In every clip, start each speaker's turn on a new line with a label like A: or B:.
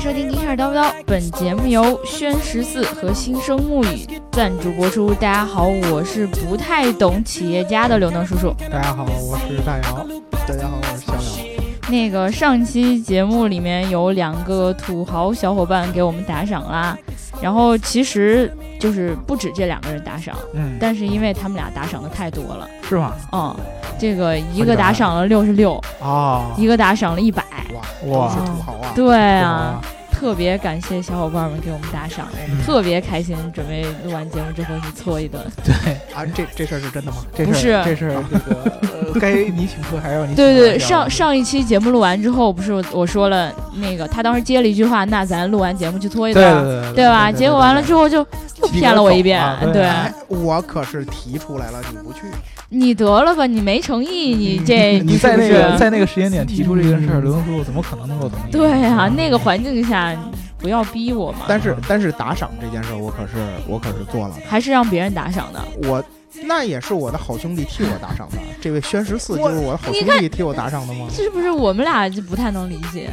A: 叨叨，本节目由轩十四和新生木语赞助播出。大家好，我是不太懂企业家的刘能叔叔。
B: 大家好，我是大姚。大家好，我是小姚。
A: 那个上期节目里面有两个土豪小伙伴给我们打赏啦，然后其实就是不止这两个人打赏，
B: 嗯，
A: 但是因为他们俩打赏的太多了，
B: 是吗？
A: 嗯，这个一
C: 啊
A: 个打赏了六十六，
B: 啊，
A: 一个打赏了一百，嗯
C: 哇，
B: 哇
C: 都是土豪啊！
A: 对
B: 是
A: 啊
B: 吗，，
A: 特别感谢小伙伴们给我们打赏，我们
B: 嗯
A: 特别开心，准备录完节目之后去搓一顿。
B: 对啊，这这事儿是真的吗？这
A: 不
B: 事儿
A: 是
B: 这事儿 这个呃该你请客还是要你请
A: 对
B: 客
A: 对，
B: 这样
A: 上上一期节目录完之后，不是我说了那个，他当时接了一句话，那咱录完节目去搓一
B: 对
A: 顿
B: 对
A: 啊，
B: 对对
A: 对吧？结果完了之
B: 后，
A: 后就又
B: 鸡
A: 骗
B: 毛
A: 了我
B: 狗
A: 一遍
B: 啊，对
A: 对
C: 哎，我可是提出来了，你不去，
A: 你得了吧，你没诚意，你这
B: 嗯 你在
A: 是不
B: 那
A: 是
B: 个在那个时间点提出这件事儿，刘能叔叔怎么可能能够同意？
A: 对啊，那个环境下不要逼我嘛，
C: 但是
B: 嗯
C: 但是打赏这件事儿，我可是我可是做了的，
A: 还是让别人打赏的。
C: 我那也是我的好兄弟替我打赏的。这位宣十四就是我的好兄弟替我打赏的吗？
A: 这是不是我们俩就不太能理解？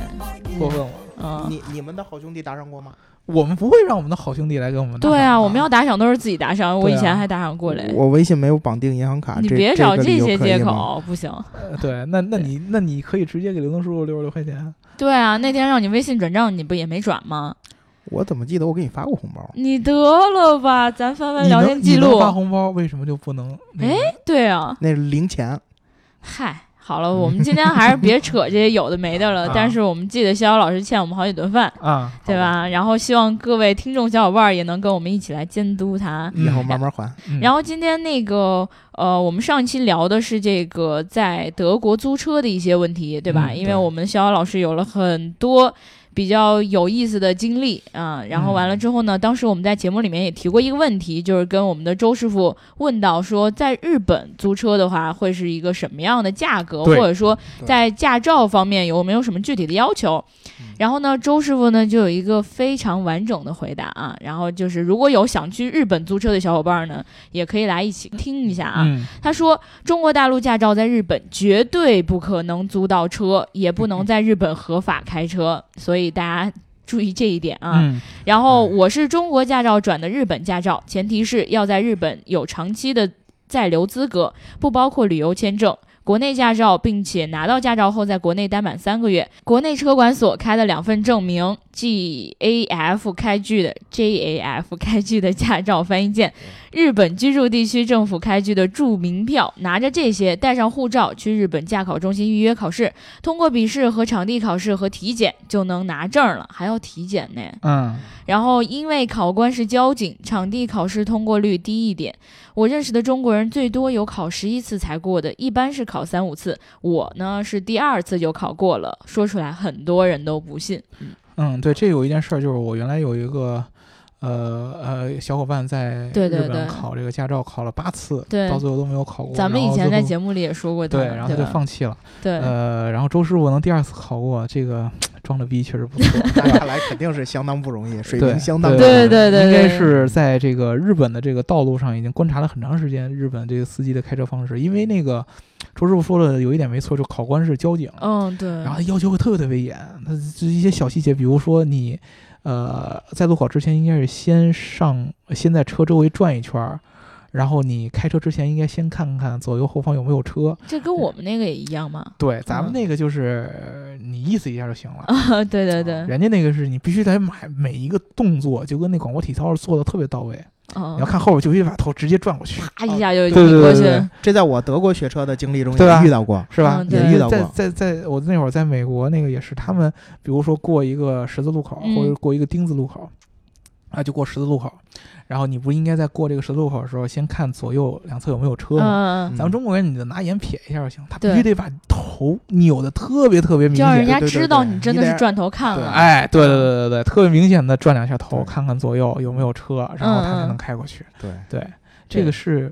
B: 过分了。
A: 嗯，
C: 你你们的好兄弟打赏过吗？
B: 我们不会让我们的好兄弟来给我们打赏
A: 对啊，
B: 的
A: 我们要打赏都是自己打赏，我以
B: 对啊
A: 前还打赏过嘞。
C: 我微信没有绑定银行卡，
A: 哎你
C: 啊这
A: 别找
C: 这个理由
A: 些
C: 可以
A: 借
C: 吗。
A: 口，不行。
B: 呃对，那那你那你可以直接给刘能叔叔六十六块钱，
A: 对啊，那天让你微信转账，你不也没转吗？
C: 我怎么记得我给你发过红包？
A: 你得了吧，咱翻翻
B: 你
A: 聊
B: 能
A: 天
B: 你
A: 记
B: 能
A: 录。
B: 发红包为什么就不能？那个
A: 哎对啊，
C: 那是零钱，
A: 嗨，好了，我们今天还是别扯这些有的没的了。
B: 啊
A: 但是我们记得逍遥老师欠我们好几顿饭，
B: 啊，
A: 对吧？然后希望各位听众小伙伴儿也能跟我们一起来监督他。
B: 嗯
C: 以后慢慢 还。
B: 嗯
A: 然后今天那个呃，我们上一期聊的是这个在德国租车的一些问题，对吧？
B: 嗯
A: 因为
B: 对
A: 我们逍遥老师有了很多比较有意思的经历啊、然后完了之后呢，当时我们在节目里面也提过一个问题，就是跟我们的周师傅问到说，在日本租车的话会是一个什么样的价格，或
B: 对
A: 者说
C: 对
A: 在驾照方面有没有什么具体的要求？然后呢，周师傅呢就有一个非常完整的回答啊。然后就是，如果有想去日本租车的小伙伴呢，也可以来一起听一下啊。
B: 嗯，
A: 他说，中国大陆驾照在日本绝对不可能租到车，也不能在日本合法开车，所以大家。注意这一点啊！
B: 嗯
A: 然后我是中国驾照转的日本驾照，前提是要在日本有长期的在留资格，不包括旅游签证。国内驾照，并且拿到驾照后在国内待满三个月，国内车管所开的两份证明 GAF 开具的 JAF 开具的驾照翻译件，日本居住地区政府开具的住民票，拿着这些带上护照去日本驾考中心预约考试，通过笔试和场地考试和体检就能拿证了，还要体检呢。
B: 嗯
A: 然后因为考官是交警，场地考试通过率低一点。我认识的中国人最多有考十一次才过的，一般是考三五次。我呢是第二次就考过了，说出来很多人都不信。
B: 嗯，对，这有一件事儿，就是我原来有一个。呃呃，小伙伴在
A: 对
B: 日
A: 对对
B: 本考这个驾照考了八次，
A: 对
B: 到最后都没有考过。
A: 咱们
B: 哦然
A: 以
B: 后
A: 前
B: 最
A: 在
B: 后
A: 节目里也说过他
B: 对，
A: 们，
B: 然后
A: 对
B: 他就
A: 吧
B: 放弃了。
A: 对、
B: 呃，然后周师傅能第二次考过，这个装的逼确实不错。
C: 那看来肯定是相当不容易，水平
B: 对
C: 相当
B: 对
C: 不容易
A: 对对对，
B: 应该
A: 对
B: 是在这个日本的这个道路上已经观察了很长时间日本这个司机的开车方式，因为那个周师傅说的有一点没错，就考官是交警，
A: 嗯对
B: 然，后他要求会特别特别严，他就是一些小细节，比如说你，呃，在路考之前应该是先上，先在车周围转一圈儿，然后你开车之前应该先看看左右后方有没有车。
A: 这跟我们那个也一样 嘛。
B: 对，咱
A: 嗯
B: 们那个就是、呃你意思一下就行了。
A: 啊，对 对对，
B: 人家那个是你必须得买每一个动作，就跟那广播体操做的特别到位。
A: 嗯
B: 你要，看哦后边，就必须把头直接转过去，
A: 啪一下就
B: 对对
A: 移过
B: 对
A: 去，
B: 对对
C: 这在我德国学车的经历中
B: 对吧啊
C: 也遇到过。
B: 是吧？
A: 嗯
B: 也
A: 对
B: 是
C: 遇到
B: 在
C: 过
B: 在在我那会儿在美国那个也是，他们比如说过一个十字路口
A: 嗯
B: 或者过一个丁字路口，啊，就过十字路口，然后你不应该在过这个十字路口的时候先看左右两侧有没有车
A: 嗯
B: 吗？
A: 嗯，
B: 咱们中国人，你就拿眼瞥一下就行，他必
A: 对
B: 须得把头扭的特别特别
A: 嗯
B: 明
A: 就让人
B: 显。
A: 家
C: 对对对
A: 知道
C: 对
A: 你真的
C: 你得
A: 是转头看
C: 对
A: 了。啊
B: 哎，对对对对对，特别明显的转两下头，
C: 对
B: 看看左右有没有车，然后他
A: 嗯
B: 才
A: 嗯
B: 能开过去。
C: 对，
B: 对，这个是，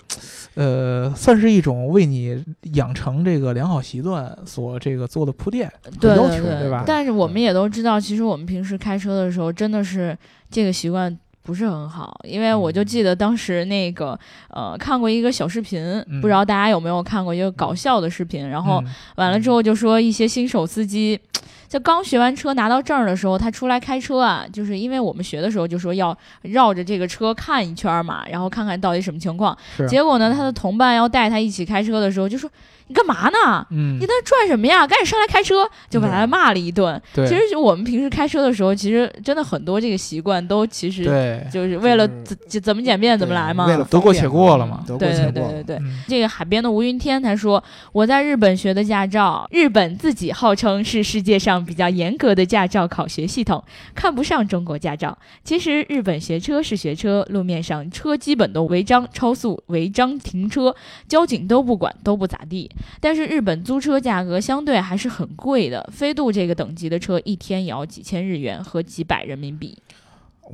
B: 呃，算是一种为你养成这个良好习惯所这个做的铺垫和
A: 对
B: 要
A: 对
B: 求，
A: 对
B: 吧？嗯
A: 但是我们也都知道，其实我们平时开车的时候，真的是这个习惯不是很好。因为我就记得当时那个呃，看过一个小视频，
B: 嗯
A: 不知道大家有没有看过一个搞笑的视频，然后
B: 嗯
A: 完了之后就说一些新手司机。就刚学完车拿到证儿的时候，他出来开车啊，就是因为我们学的时候就说要绕着这个车看一圈儿嘛，然后看看到底什么情况。
B: 是嗯
A: 结果呢，他的同伴要带他一起开车的时候，就说你干嘛呢？
B: 嗯
A: 你在，那转什么呀？赶紧上来开车！就把他骂了一顿。
B: 对，
A: 其实就我们平时开车的时候，其实真的很多这个习惯都其实
B: 对，
A: 就是为了
C: 就是
A: 怎怎怎么简便怎么来嘛。
C: 为了
B: 得过
C: 方便
B: 且过了嘛
C: 得过
A: 对
C: 且
A: 对对
C: 过了。
A: 对对。
B: 嗯
A: 这个海边的吴云天他说：“我在日本学的驾照，日本自己号称是世界上比较严格的驾照考学系统，看不上中国驾照。其实日本学车是学车，路面上车基本都违章、超速、违章停车，交警都不管，都不咋地。但是日本租车价格相对还是很贵的，飞度这个等级的车一天也要几千日元和几百人民币。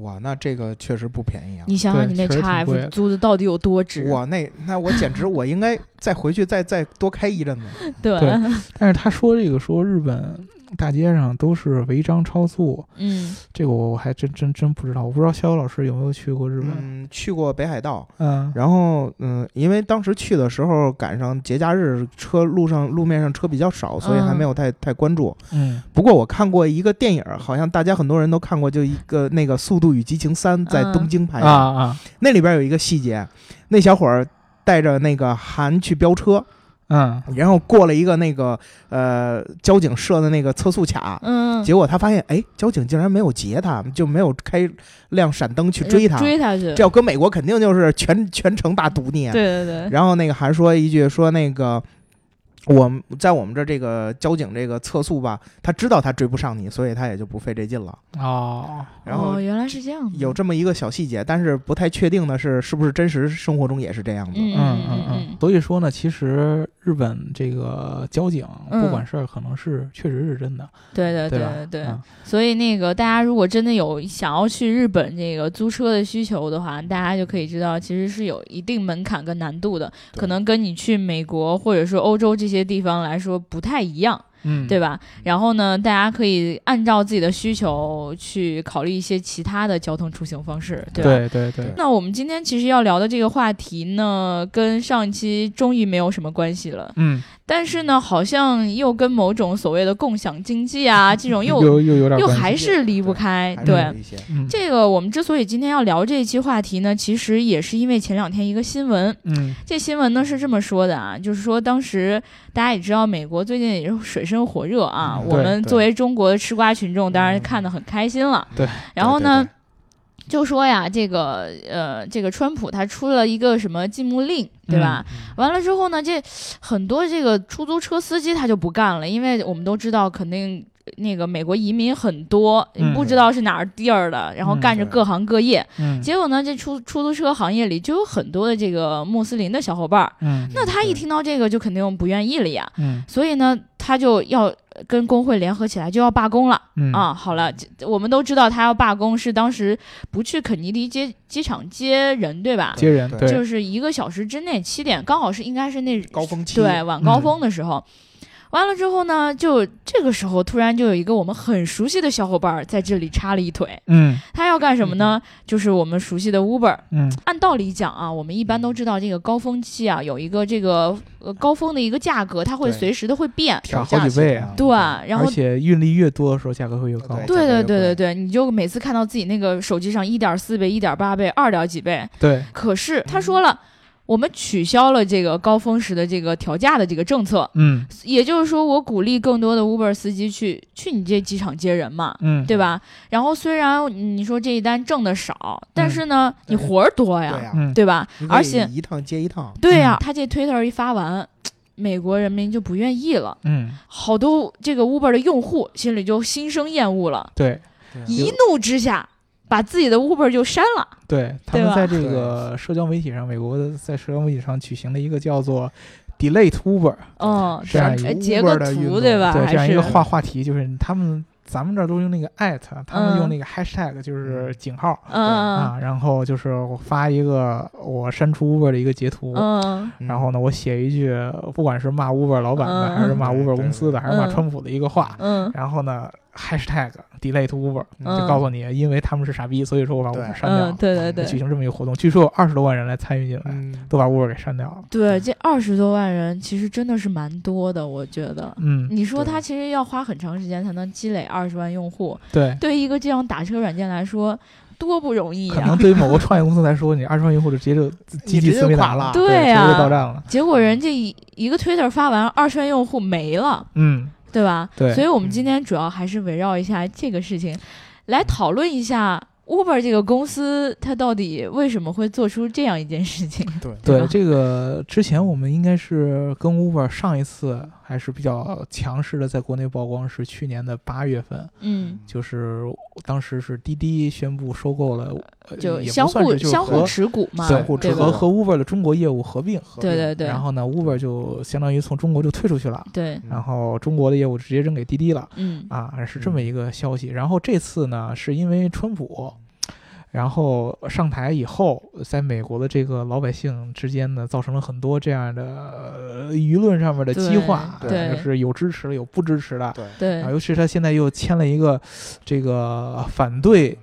C: 哇，那这个确实不便宜啊！
A: 你想想，
B: 对
A: 你那
B: 确实挺贵的
A: XF 租的到底有多值？
C: 我那那我 简直我应该再回去再再多开一阵子。
A: 对，
B: 对但是他说这个说日本大街上都是违章超速，
A: 嗯，
B: 这个我还真真真不知道，我不知道逍遥老师有没有去过日本？
C: 嗯，去过北海道，
B: 嗯，
C: 然后嗯，因为当时去的时候赶上节假日，车路上路面上车比较少，所以还
A: 嗯
C: 没有太太关注。
B: 嗯，
C: 不过我看过一个电影，好像大家很多人都看过，就一个那个《速度与激情三》在
A: 嗯
C: 东京
B: 啊
C: 拍的，
B: 啊
C: 那里边有一个细节，那小伙儿带着那个韩去飙车，
B: 嗯，
C: 然后过了一个那个呃交警设的那个测速卡。
A: 嗯，
C: 结果他发现，哎，交警竟然没有截他，就没有开亮闪灯去追他。
A: 追他去，
C: 这要搁美国，肯定就是全全程大毒孽。
A: 对对对，
C: 然后那个还说一句，说那个我们在我们这儿这个交警这个测速吧，他知道他追不上你，所以他也就不费这劲了。
B: 哦，
C: 然后
A: 哦、原来是这样子，
C: 有这么一个小细节，但是不太确定的是，是不是真实生活中也是这样子？
A: 嗯
B: 嗯嗯
A: 嗯
B: 嗯
A: 嗯，
B: 所以说呢，其实日本这个交警
A: 嗯
B: 不管事儿，可能是确实是真的，
A: 对对
B: 对吧
A: 对对，
B: 嗯
A: 所以那个大家如果真的有想要去日本这个租车的需求的话，大家就可以知道其实是有一定门槛跟难度的，
C: 对
A: 可能跟你去美国或者说欧洲这些地方来说不太一样，
B: 嗯，
A: 对
B: 吧？
A: 吧？然后呢，大家可以按照自己的需求去考虑一些其他的交通出行方式，对吧？
B: 对对对，
A: 那我们今天其实要聊的这个话题呢，跟上一期终于没有什么关系了。
B: 嗯，
A: 但是呢，好像又跟某种所谓的共享经济啊这种又
B: 又又有点
A: 又
B: 关系
A: 还是离不开。
C: 还是有
A: 对，
C: 一些
B: 嗯
A: 这个我们之所以今天要聊这一期话题呢，其实也是因为前两天一个新闻。
B: 嗯
A: 这新闻呢是这么说的啊，就是说当时大家也知道，美国最近也是水深火热啊。
C: 嗯
A: 我
B: 对
A: 们
C: 对
A: 作为中国的吃瓜群众，当然
C: 嗯
A: 看得很开心了。
B: 对，
A: 然后呢？就说呀，这个呃，这个川普他出了一个什么禁牧令，对
B: 嗯
A: 吧？完了之后呢，这很多这个出租车司机他就不干了，因为我们都知道，肯定呃那个美国移民很多，
B: 嗯
A: 不知道是哪儿地儿的，然后
B: 嗯
A: 干着
C: 对
A: 各行各业。
B: 嗯
A: 结果呢，这出出租车行业里就有很多的这个穆斯林的小伙伴儿，
B: 嗯
A: 那他一听到这个就肯定不愿意了呀，
B: 嗯
A: 所以呢，他就要跟工会联合起来，就要罢工了。
B: 嗯
A: 啊，好了，这我们都知道他要罢工是当时不去肯尼迪机机场接人，对吧？
B: 接人
C: 对
B: 对
A: 就是一个小时之内，七点刚好是应该是那
C: 高峰期，嗯
A: 对晚高峰的时候。完了之后呢，就这个时候突然就有一个我们很熟悉的小伙伴儿在这里插了一腿，
B: 嗯
A: 他要干什么
C: 嗯
A: 呢？就是我们熟悉的 Uber。
B: 嗯
A: 按道理讲啊，我们一般
C: 嗯
A: 都知道这个高峰期啊有一个这个呃高峰的一个价格，它会
C: 对
A: 随时的会变。
C: 调
B: 涨好几倍啊
C: 价系
A: 对，
C: 统
A: 然后
B: 而且运力越多的时候价格会越高，
A: 对
C: 对价格
A: 对对
C: 越贵
A: 对对，你就每次看到自己那个手机上一点四倍、一点八倍、二点几倍，
B: 对
A: 可是他说了，我们取消了这个高峰时的这个调价的这个政策，
B: 嗯
A: 也就是说，我鼓励更多的 Uber 司机去去你这机场接人嘛。
B: 嗯
A: 对吧？然后虽然你说这一单挣的少，但是呢，你
C: 对
A: 活儿多呀，
C: 对呀，
B: 嗯
A: 对吧？
C: 你可以
A: 而且
C: 一趟接一趟，
A: 对呀、他这 Twitter 一发完，美国人民就不愿意了，
B: 嗯
A: 好多这个 Uber 的用户心里就心生厌恶了。
B: 对
C: 嗯
A: 一怒之下把自己的 Uber 就删了。
B: 对，他
A: 对
B: 们
A: 吧
B: 在这个社交媒体上，美国的在社交媒体上举行了一个叫做 “delete Uber”
A: 嗯，
B: 这样一个
A: 哎
C: Uber
A: 截个
C: 的运
A: 图
C: 动
A: 对吧？
B: 对这
A: 啊还
B: 样一
A: 是
B: 个话话题，就是他们咱们这儿都用那个 at，他们用
A: 嗯
B: 那个 hashtag 就是井号。
A: 嗯
B: 啊，然后就是我发一个我删除 Uber 的一个截图，
A: 嗯
C: 嗯
B: 然后呢，我写一句，不管是骂 Uber 老板的，
A: 嗯
B: 还是骂
C: 嗯
B: Uber 公司的，还是骂
A: 嗯
B: 川普的一个话，
A: 嗯
B: 然后呢， hashtag delay to Uber，
A: 嗯
B: 就告诉你，因为他们是傻逼，所以说我把
C: 对
B: Uber 删掉啊
A: 嗯，
B: 了。
A: 对对
B: 举
A: 对
B: 行这么一个活动，据说有二十多万人来参与进来，
C: 嗯，
B: 都把 Uber 给删掉了。
A: 对，这二十多万人其实真的是蛮多的，我觉得。
B: 嗯，
A: 你说
C: 对
A: 他其实要花很长时间才能积累二十万用户，
B: 对，
A: 对于一个这样打车软件来说，多不容易
B: 可
A: 呀、
B: 能对于某个创业公司来说，你二十万用户就直接就
C: 你
B: 积
C: 直
B: 极
C: 接
B: 思维
C: 垮
B: 达
C: 了
B: 对，
A: 对啊
B: 直接
A: 呀
B: 就到站了。
A: 结果人家一一个 Twitter 发完，二十万用户没了，
B: 嗯，
A: 对吧？
B: 对
A: 所以我们
C: 嗯
A: 今天主要还是围绕一下这个事情，来讨论一下 Uber 这个公司它到底为什么会做出这样一件事情。
C: 对，
A: 吧
B: 对这个之前我们应该是跟 Uber 上一次还是比较强势的在国内曝光，是去年的八月份，
A: 嗯，
B: 就是当时是滴滴宣布收购了，呃
A: 就
B: 也不
A: 相
B: 算
A: 互
B: 是就是
A: 相互
B: 和
A: 持股嘛，
B: 对
C: 相互
A: 对
C: 持
A: 吧
C: 股
B: 和和 Uber 的中国业务合并，
A: 对对对，
B: 然后呢，Uber 就相当于从中国就退出去了，
A: 对，
B: 然后中国的业务直接扔给滴滴了。
A: 嗯
B: 啊，是这么一个消息。然后这次呢，是因为川普，然后上台以后，在美国的这个老百姓之间呢，造成了很多这样的、呃舆论上面的激化，啊
C: 对
A: 对
B: 就是有支持的，有不支持的。
C: 对，
A: 对
B: 啊，，尤其是他现在又签了一个这个反对。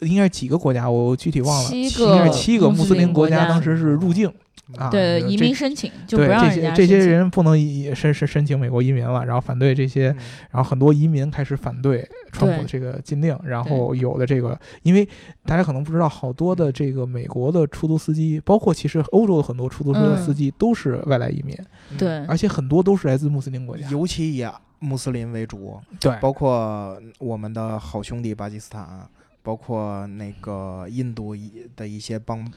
B: 应该是几个国家，我具体忘了，
A: 七
B: 七
A: 个
B: 应该是七个
A: 穆斯
B: 穆斯
A: 林
B: 林国
A: 国家
B: 当时是入境啊，
A: 对
B: 就是
A: 移
B: 这
A: 民申请就不
B: 对
A: 让
B: 这
A: 人
B: 些
A: 家
B: 这些
A: 申请
B: 人不能移申申申请美国移民了，然后反对这些
C: 嗯
B: 然后很多移民开始反对川
A: 对
B: 普的这个禁令，然后有的这个，因为大家可能不知道，好多的这个美国的出租司机，包括其实欧洲的很多出租车
A: 嗯
B: 司机都是外来移民，
A: 对
B: 而且很多都是来自穆斯林国家。哎
C: 尤其以穆斯林为主，
B: 对，
C: 包括我们的好兄弟巴基斯坦，包括那个印度一的一些帮，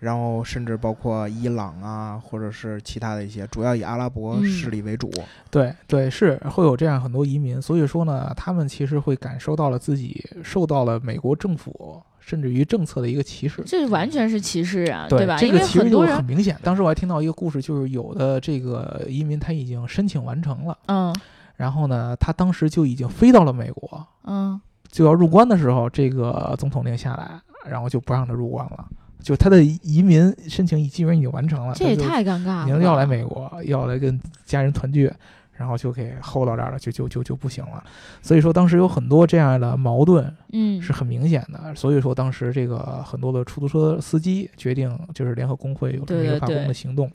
C: 然后甚至包括伊朗啊，或者是其他的一些，主要以阿拉伯
A: 嗯
C: 势力为主。
B: 对对是会有这样很多移民，所以说呢，他们其实会感受到了自己受到了美国政府甚至于政策的一个歧视。
A: 这完全是歧视啊，
B: 对
A: 吧？
B: 这
A: 因
B: 个
A: 为
B: 其实
A: 很
B: 就
A: 多
B: 很
A: 人，
B: 明显。当时我还听到一个故事，就是有的这个移民他已经申请完成了。
A: 嗯
B: 然后呢，他当时就已经飞到了美国，
A: 嗯，
B: 就要入关的时候，这个总统令下来，然后就不让他入关了。就他的移民申请已基本已经完成了，
A: 这也
B: 他就
A: 太尴尬
B: 已
A: 了啊
B: 经
A: 吧。
B: 要来美国，要来跟家人团聚，然后就给候到这儿了，就就就就不行了。所以说当时有很多这样的矛盾
A: 嗯，
B: 是很明显的，所以说当时这个很多的出租车司机决定就是联合工会有这么
A: 对
B: 一
A: 对
B: 个罢
A: 对
B: 工的行动。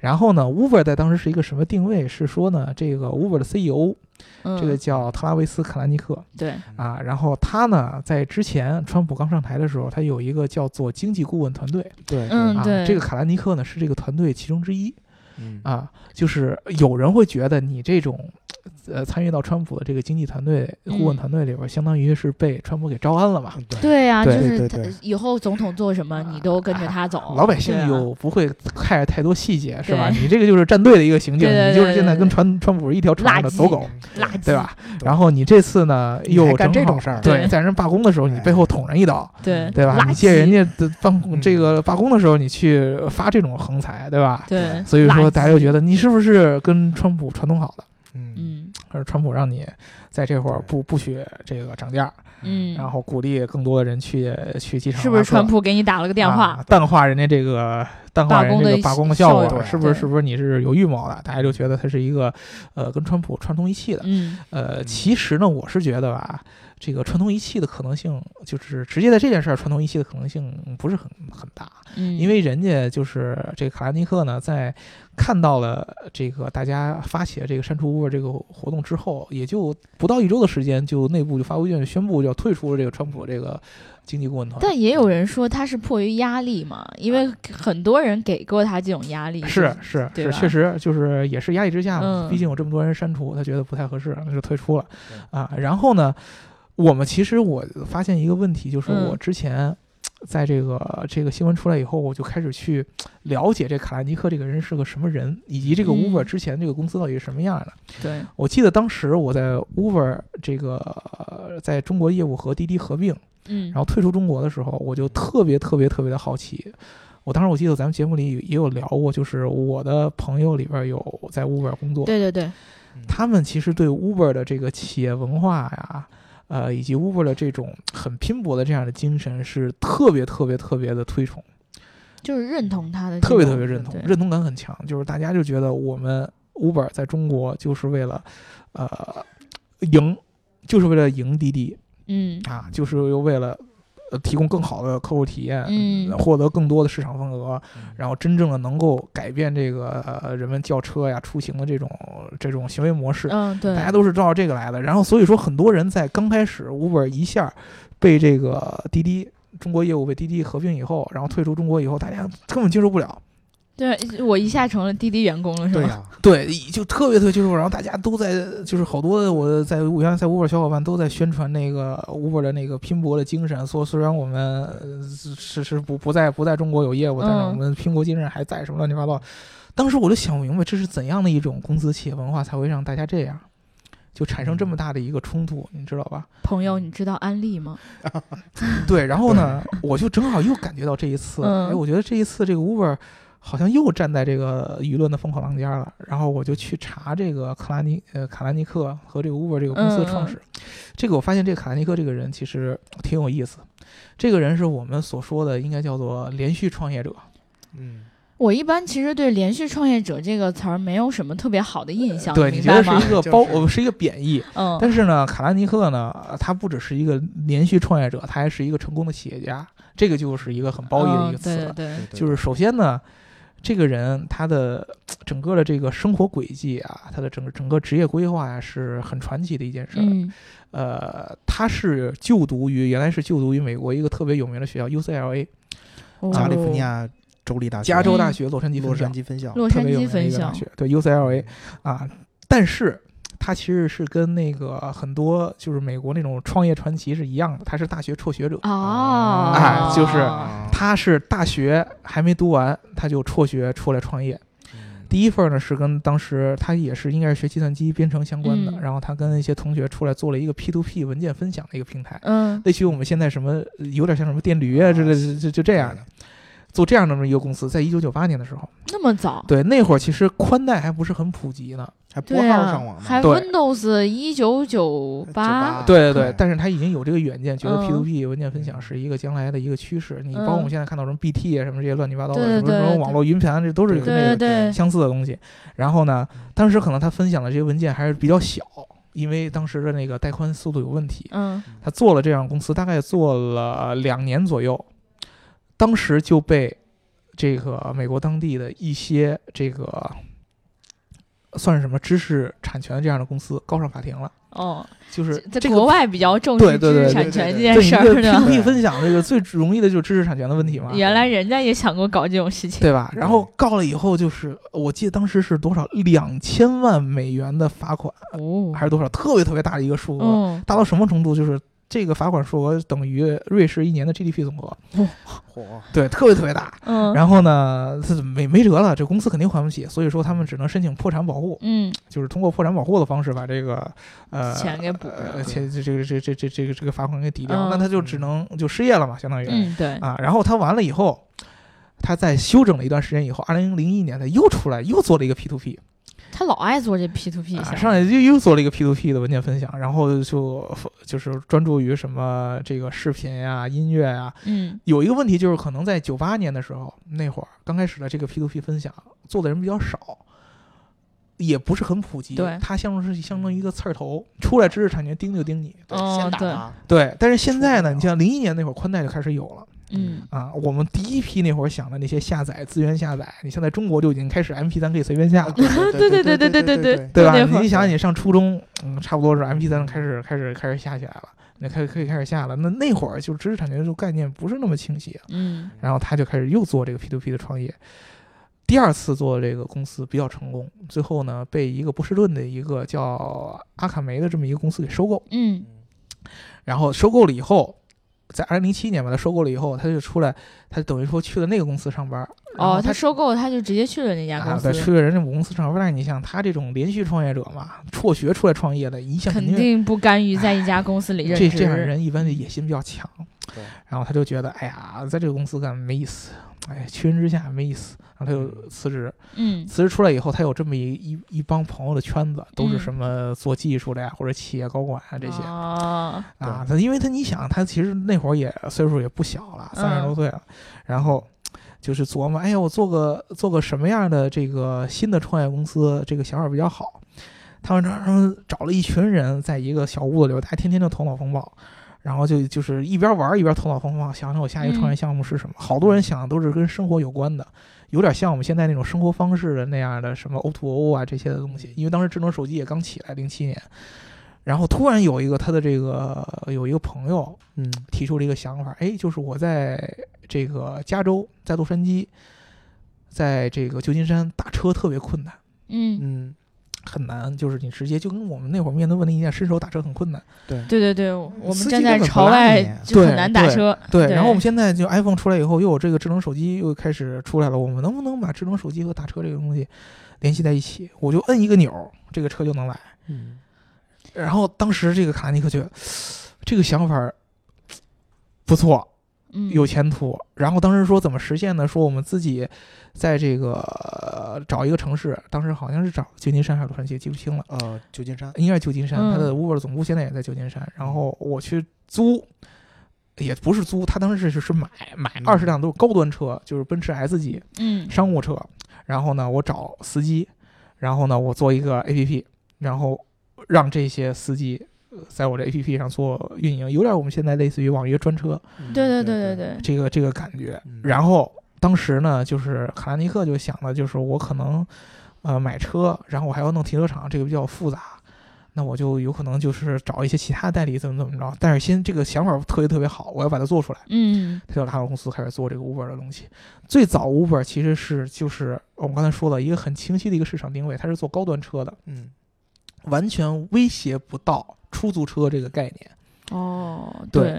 B: 然后呢，Uber 在当时是一个什么定位？是说呢，这个 Uber 的 CEO
A: 嗯
B: 这个叫特拉维斯·卡兰尼克
A: 对，
B: 啊。然后他呢，在之前川普刚上台的时候，他有一个叫做经济顾问团队
C: 对
A: 嗯
B: 啊。
A: 对
B: 这个卡兰尼克呢是这个团队其中之一
C: 嗯
B: 啊。就是有人会觉得你这种。呃，参与到川普的这个经济团队、顾
A: 嗯
B: 问团队里边，相当于是被川普给招安了嘛。
A: 对呀，就
B: 对
A: 是
C: 对
A: 他
C: 对
A: 以后总统做什么，你都跟着他走。
B: 老百姓
A: 对啊
B: 又不会 care 太多细节，是吧？
A: 对
B: 你这个就是站队的一个行径，
A: 对对
B: 你就是现在
A: 对对
B: 跟川川普是一条船上的
A: 垃圾
B: 走狗，
A: 垃圾，
B: 对？吧？然后你这次呢，
C: 你还
B: 又
C: 干
B: 正
C: 这
B: 好
C: 种事儿
B: 对，
A: 对
B: 在人罢工的时候，你背后捅人一刀，
A: 对
B: 对吧？
A: 哎垃
B: 你借人
A: 圾
B: 家的办公
C: 嗯
B: 这个罢工的时候，你去发这种横财，对吧？
A: 对，
B: 所以说，大家就觉
A: 得
B: 得你是不是跟川普串通好的？
C: 嗯
A: 嗯
B: 而川普让你在这会儿
C: 对
B: 不不许这个涨价，
A: 嗯，
B: 然后鼓励更多的人去去机场拉客，
A: 是不是川普给你打了个电话
B: 啊？淡化人家这个淡化人家这个罢工的效
A: 罢工
B: 果？
A: 的
B: 是不是？
A: 效果
B: 是不是你是有预谋的？大家就觉得他是一个呃跟川普串通一气的。
A: 嗯
B: 呃，
C: 嗯
B: 其实呢，我是觉得吧，这个串通一气的可能性，就是直接在这件事儿串通一气的可能性不是很很大，
A: 嗯，
B: 因为人家就是这个卡拉尼克呢，在看到了这个大家发起的这个删除 Uber 这个活动之后，也就不到一周的时间，就内部就发微信宣布就要退出了这个川普这个经济顾问团。
A: 但也有人说他是迫于压力嘛，因为很多人给过他这种压力。
B: 是是
A: 对
B: 是，
A: 吧
B: 确实就是也是压力之下嘛，
A: 嗯
B: 毕竟有这么多人删除，他觉得不太合适，那就退出了啊。然后呢，我们其实我发现一个问题，就是
A: 嗯
B: 我之前在这个这个新闻出来以后，我就开始去了解这卡兰尼克这个人是个什么人，以及这个
A: 嗯
B: Uber 之前这个公司到底是什么样的。
A: 对，
B: 我记得当时我在 Uber 这个呃在中国业务和滴滴合并，
A: 嗯，
B: 然后退出中国的时候，我就特别特别特别的好奇。我当时我记得咱们节目里也有聊过，就是我的朋友里边有在 Uber 工作，
A: 对对对，
C: 嗯
B: 他们其实对 Uber 的这个企业文化呀，呃，以及 Uber 的这种很拼搏的这样的精神是特别特别特别的推崇，
A: 就是认同他的这
B: 特
A: 种，
B: 别特别认同
A: 对，
B: 认同感很强，就是大家就觉得我们 Uber 在中国就是为了，呃，赢。就是为了赢滴滴
A: 嗯
B: 啊，就是又为了呃提供更好的客户体验，
A: 嗯
B: 获得更多的市场份额，
C: 嗯
B: 然后真正的能够改变这个、呃、人们叫车呀、出行的这种这种行为模式。
A: 嗯，对，
B: 大家都是照这个来的。然后所以说，很多人在刚开始 Uber 一下被这个滴滴中国业务被滴滴合并以后，然后退出中国以后，大家根本接受不了。
A: 对我一下成了滴滴员工了，是
C: 对
A: 吗？
C: 呀、
B: 对，就特别特别接受不了。然后大家都在，就是好多我在原来在 Uber 小伙伴都在宣传那个 Uber 的那个拼搏的精神，说虽然我们呃是是不不在不在中国有业务，但是
A: 嗯
B: 我们拼搏精神还在，什么乱七八糟。当时我就想不明白，这是怎样的一种公司企业文化才会让大家这样，就产生这么大的一个冲突，你知道吧？
A: 朋友，你知道安利吗？
B: 对，然后呢，我就正好又感觉到这一次，
A: 嗯
B: 哎，我觉得这一次这个 Uber 好像又站在这个舆论的风口浪尖儿了。然后我就去查这个卡拉尼呃卡拉尼克和这个 Uber 这个公司的
A: 嗯
B: 创始，这个我发现这个卡拉尼克这个人其实挺有意思。这个人是我们所说的应该叫做连续创业者，
C: 嗯，
A: 我一般其实对“连续创业者”这个词儿没有什么特别好的印象，
B: 对，
A: 你
B: 你
A: 哦明
B: 觉
A: 白
B: 得是
A: 吗？
B: 一个
C: 就是
B: 包，呃是一个贬义。
A: 嗯，
B: 但是呢，卡拉尼克呢，呃他不只是一个连续创业者，他还是一个成功的企业家，这个就是一个很褒义的一
A: 嗯
B: 个词
A: 对
B: 了
A: 对。对，
C: 对
B: 就是首先呢，这个人他的呃整个的这个生活轨迹啊，他的整个整个职业规划呀、是很传奇的一件事儿。
A: 嗯
B: 呃，他是就读于原来是就读于美国一个特别有名的学校 UCLA
C: 啊
A: 哦
C: 加利福尼亚州立大学，
B: 加州大学洛杉矶
C: 洛
B: 分校
C: 杉，矶分校，
A: 洛
B: 特
A: 杉
B: 别有
A: 矶
B: 名的一
A: 分
B: 个
A: 校
B: 大，学，对 UCLA 啊，但是。他其实是跟那个很多就是美国那种创业传奇是一样的，他是大学辍学者，
A: 哦，
B: 哎就是
C: 啊
B: 他是大学还没读完他就辍学出来创业，
C: 嗯
B: 第一份呢是跟当时他也是应该是学计算机编程相关的，
A: 嗯
B: 然后他跟一些同学出来做了一个 P to P 文件分享的一个平台，
A: 嗯
B: 类似于我们现在什么呃有点像什么电驴啊之类的，就就这样的，做这样的一个公司，在一九九八年的时候，
A: 那么早，
B: 对那会儿其实宽带还不是很普及呢，
C: 还拨
A: 对
C: 号
A: 啊
C: 上网，呢
A: 还
B: 对
A: Windows 一九九八
C: 98，
B: 对对对，
C: 对
B: 但是他已经有这个远见，觉得
A: 嗯
B: P to P 文件分享是一个将来的一个趋势，你包括我们现在看到什么 BT 啊什么这些乱七八糟的，
A: 对
B: 什么什
A: 对
B: 么
A: 对
B: 网络云盘，这都是
C: 对
B: 跟那
A: 对
B: 个
A: 对
B: 相似的东西。然后呢，当时可能他分享的这些文件还是比较小，因为当时的那个带宽速度有问题。
A: 嗯
B: 他做了这样公司，大概做了两年左右，当时就被这个美国当地的一些这个算是什么知识产权这样的公司告上法庭了。
A: 哦，
B: 就是
A: 在
B: 这个
A: 国外比较重视
B: 对对对
A: 知识
B: 对
A: 产权这
C: 对对
A: 件
B: 对
A: 事
B: 一个
A: 儿呢。
B: P2P 分享这个最容易的就是知识产权的问题嘛，
A: 原 来人家也想过搞这种事情，
B: 对吧？然
A: 嗯
B: 后告了以后，就是我记得当时是多少两千万美元的罚款，
A: 哦，
B: 还是多少特别特别大的一个数额，
A: 嗯，
B: 大到什么程度？就是这个罚款数额等于瑞士一年的 GDP 总和，
C: 嚯，
B: 对，特别特别大。
A: 嗯，
B: 然后呢，这没没辙了，这公司肯定还不起，所以说他们只能申请破产保护，
A: 嗯
B: 就是通过破产保护的方式把这个呃
A: 钱给补
B: 呃
A: 了
B: 钱这这个这这这这个这个罚款给抵掉，
A: 嗯
B: 那他就只能就失业了嘛，相当于。
A: 嗯，对，
B: 啊，然后他完了以后，他在休整了一段时间以后，二零零一年他又出来又做了一个 P to P，
A: 他老爱做这 P to P
B: 啊，
A: 项
B: 上来就又做了一个 P to P 的文件分享，然后就就是专注于什么这个视频呀、音乐呀、
A: 目，嗯
B: 有一个问题就是，可能在九八年的时候，那会儿刚开始的这个 P to P 分享做的人比较少。也不是很普及
A: 对，
B: 它相当是相当于一个刺儿头，出来知识产权盯就盯你，
C: 对
A: 哦
C: 先打啊
A: 对
C: 他
B: 对。但是现在
C: 受不
B: 呢，
C: 了
B: 你像零一年那会儿宽带就开始有了，
A: 嗯，
B: 啊，我们第一批那会儿想的那些下载资源下载，你像在中国就已经开始 MP 3可以随便下了，
C: 对
A: 对
C: 对
A: 对
C: 对
A: 对
C: 对
A: 对，
B: 对吧？
A: 那会
B: 你
A: 儿
B: 一想，你上初中，嗯，差不多是 MP 3开始开始开始下起来了，那开可以开始下了。那那会儿就知识产权这个概念不是那么清晰，啊
A: 嗯
B: 然后他就开始又做这个 P2P 的创业。第二次做这个公司比较成功，最后呢被一个波士顿的一个叫阿卡梅的这么一个公司给收购，
A: 嗯
B: 然后收购了以后，在二零零七年把它收购了以后，他就出来，他等于说去了那个公司上班儿。然后
A: 哦，他
B: 他
A: 收购他就直接去了那家
B: 啊，
A: 公
B: 对，
A: 司，
B: 去了人家母公司上班，但是你想他这种连续创业者嘛，辍学出来创业的，一向
A: 肯定不甘于在一家公司里任
B: 这这样的
A: 职，
B: 人一般的野心比较强
C: 对。
B: 然后他就觉得，哎呀，在这个公司干没意思，哎，屈人之下没意思，然后他就辞职。
A: 嗯
B: 辞职出来以后，他有这么一一一帮朋友的圈子，都
A: 嗯
B: 是什么做技术的呀，或者企业高管啊这些。
A: 哦，
B: 啊，他因为他你想，他其实那会儿也岁数也不小了，三十多
A: 嗯
B: 岁了，然后就是琢磨，哎呀，我做个做个什么样的这个新的创业公司，这个想法比较好。他们找他们找了一群人，在一个小屋子里，大家天天就头脑风暴，然后就就是一边玩一边头脑风暴，想想我下一个创业项目是什么。好多人想的都是跟生活有关的，有点像我们现在那种生活方式的那样的什么 O to O 啊这些的东西。因为当时智能手机也刚起来，零七年，然后突然有一个他的这个有一个朋友
C: 嗯
B: 提出了一个想法，哎，就是我在这个加州，在洛杉矶，在这个旧金山打车特别困难。
A: 嗯，
C: 嗯，
B: 很难，就是你直接就跟我们那会儿面对问题一样，伸手打车很困难。
C: 对
A: 对对对，我们
C: 司机
A: 站在
C: 根本不
A: 朝
C: 拉
A: 外
C: 你
A: 就很
B: 对
A: 难打
B: 对
A: 车。
B: 对，
A: 对
B: 然后我们现在就 iPhone 出来以后，又有这个智能手机又开始出来了，我们能不能把智能手机和打车这个东西联系在一起？我就摁一个钮儿，这个车就能来。
C: 嗯
B: 然后当时这个卡尼克觉得这个想法儿不错，
A: 嗯，
B: 有前途。然后当时说怎么实现呢？说我们自己在这个、呃找一个城市，当时好像是找旧金山还是洛杉矶，记不清了。
C: 呃，旧金山，
B: 应该是旧金山，它的
A: 嗯
B: Uber 总部现在也在旧金山。然后我去租，也不是租，他当时是是买买
C: 嗯
B: 二十辆都是高端车，就是奔驰 S 级
A: 嗯
B: 商务车。然后呢，我找司机，然后呢，我做一个 APP，然后让这些司机呃在我这 APP 上做运营，有点我们现在类似于网约专车
C: 嗯
A: 对对对
C: 对
A: 对对，
B: 这个这个感觉。
C: 嗯
B: 然后当时呢，就是卡拉尼克就想的就是我可能呃买车，然后我还要弄停车场，这个比较复杂。那我就有可能就是找一些其他代理怎么怎么着，但是先这个想法特别特别好，我要把它做出来。
A: 嗯
B: 他就拉拢公司开始做这个 Uber 的东西。最早 Uber 其实是就是我们刚才说了一个很清晰的一个市场定位，它是做高端车的，
C: 嗯
B: 完全威胁不到出租车这个概念。
A: 哦，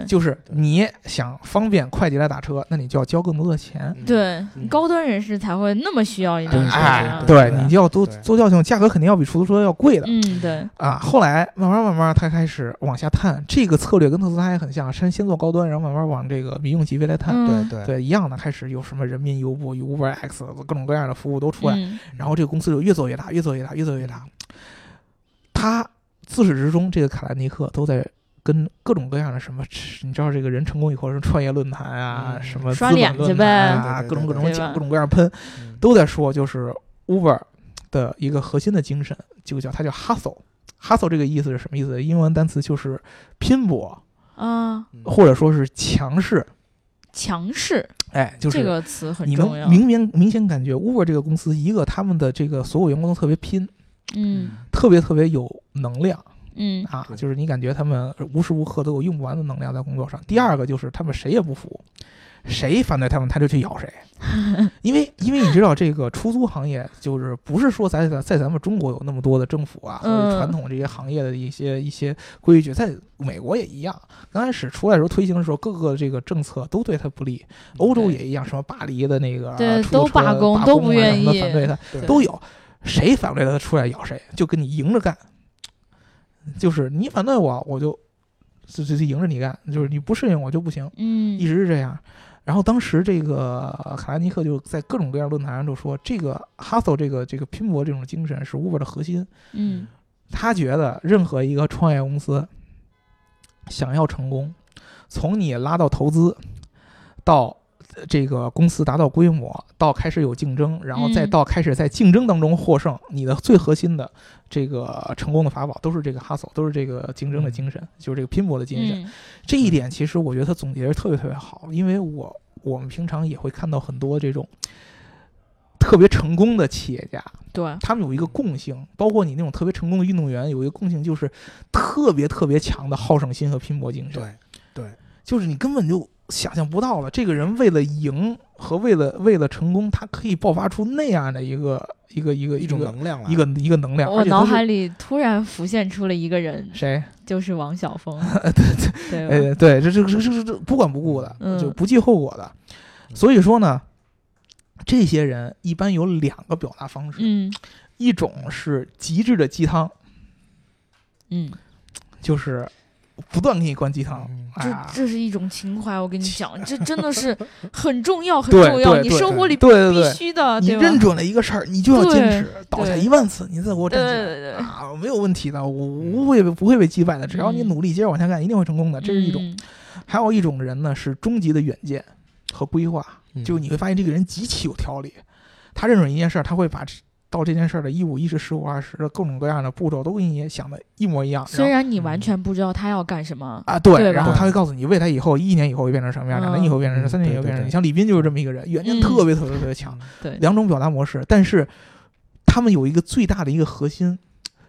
B: 就是
C: 对
B: 你想方便快捷的打车，那你就要交更多的钱。
C: 嗯
A: 对
C: 嗯
A: 高端人士才会那么需要一辆
C: 对
A: 车。啊
B: 哎，
A: 吧
C: 对
B: 你就要多
C: 对
B: 多调性，价格肯定要比出租车要贵的、
A: 嗯，对，
B: 啊。后来慢慢慢慢，它开始往下探，这个策略跟特斯拉也很像，先先做高端，然后慢慢往这个民用级别来探。
A: 嗯
C: 对对，
B: 对，一样的，开始有什么人民优步、有 Uber X 各种各样的服务都出来，
A: 嗯
B: 然后这个公司就越做越大，越做越大，越做越大。他自始至终，这个卡兰尼克都在跟各种各样的什么，你知道这个人成功以后，什么创业论坛啊，
C: 嗯
B: 什么
A: 刷
B: 资本
A: 脸去
B: 论坛啊，
C: 呗
B: 各种各种
A: 对
B: 讲，
A: 吧
B: 各种各样喷，
C: 嗯
B: 都在说，就是 Uber 的一个核心的精神，就叫它叫 hustle。hustle 这个意思是什么意思？英文单词就是拼搏，
A: 啊，
C: 嗯
B: 或者说是强势。
A: 强势
B: 哎，就是
A: 这个词很
B: 你
A: 重要
B: 能。明明明显感觉 Uber 这个公司，一个他们的这个所有员工都特别拼，
A: 嗯
B: 特别特别有能量
A: 嗯
B: 啊，
C: 对
B: 就是你感觉他们无时无刻都有用不完的能量在工作上。第二个就是他们谁也不服，谁反对他们他就去咬 谁，因为因为你知道这个出租行业就是不是说在在咱们中国有那么多的政府啊和
A: 嗯
B: 传统这些行业的一些一些规矩，在美国也一样。刚开始出来的时候推行的时候，各个这个政策都对他不利，欧洲也一样，什么巴黎的那个
A: 对
B: 出租
A: 都
B: 车
A: 罢工
B: 工
A: 都不
B: 啊
A: 愿
B: 什么的
A: 意
B: 反对他。
C: 对
A: 嗯
B: 都有，谁反对他出来咬谁，就跟你迎着干，就是你反对我，我就就就就迎着你干，就是你不适应我就不行，
A: 嗯，
B: 一直是这样。然后当时这个呃卡拉尼克就在各种各样论坛上就说，这个 hustle 这个这个拼搏这种精神是 Uber 的核心。
A: 嗯
B: 他觉得任何一个创业公司想要成功，从你拉到投资，到呃这个公司达到规模，到开始有竞争，然后再
A: 嗯
B: 到开始在竞争当中获胜，你的最核心的这个成功的法宝都是这个 hustle，都是这个竞争的精神，就是这个拼搏的精神。
A: 嗯
B: 这一点其实我觉得他总结的特别特别好，因为我我们平常也会看到很多这种特别成功的企业家，
A: 对，
B: 他们有一个共性，包括你那种特别成功的运动员，有一个共性就是特别特别强的好胜心和拼搏精神。
C: 对对，
B: 就是你根本就想象不到了，这个人为了赢和为了为了成功，他可以爆发出那样的一个一个一个
C: 一种
B: 个
C: 能量来
B: 一个一个能量。
A: 我
B: 啊而且他
A: 哦脑
B: 是
A: 海里突然浮现出了一个人，
B: 谁？
A: 就是王晓 峰，对
C: 嗯
A: 吧，
B: 呃，对，这这这这这不管不顾的，
A: 嗯
B: 就不计后果的。
C: 嗯
B: 所以说呢，这些人一般有两个表达方式，
A: 嗯
B: 一种是极致的鸡汤，
A: 嗯，
B: 就是不断给你灌鸡汤。
C: 嗯
B: 哎呀
A: 这这是一种情怀，我跟你讲，这真的 是很重要，很
B: 对
A: 重要，
B: 对
A: 你
B: 对
A: 生活里
B: 对对
A: 必
B: 对，
A: 须的，
B: 你
A: 对吧？
B: 认准了一个事儿，你就要坚持，倒下
A: 对
B: 一万次，你再给我
A: 对
B: 站
A: 对
B: 起来。
A: 对对，
B: 啊，没有问题的，我不会被不会被击败的。只要你
A: 嗯
B: 努力，接着往下干，一定会成功的。这是一种。
A: 嗯
B: 还有一种人呢，是终极的远见和规划，
C: 嗯
B: 就是你会发现这个人极其有条理，他认准一件事儿，他会把这到这件事儿的一五一十、十五二十各种各样的步骤都跟你想的一模一样。
A: 虽
B: 然嗯
A: 然你完全不知道他要干什么，
B: 后啊，对，
A: 对吧
B: 然后他会告诉你，未来以后一年以后会变成什么样，两年以后变成什么样，
C: 嗯
B: 三年以后
C: 对对
B: 变成什么样。
C: 对
B: 你像李斌就是这么一个人，远见
A: 嗯
B: 特别特别特别强，
A: 对，
B: 两种表达模式，但是他们有一个最大的一个核心，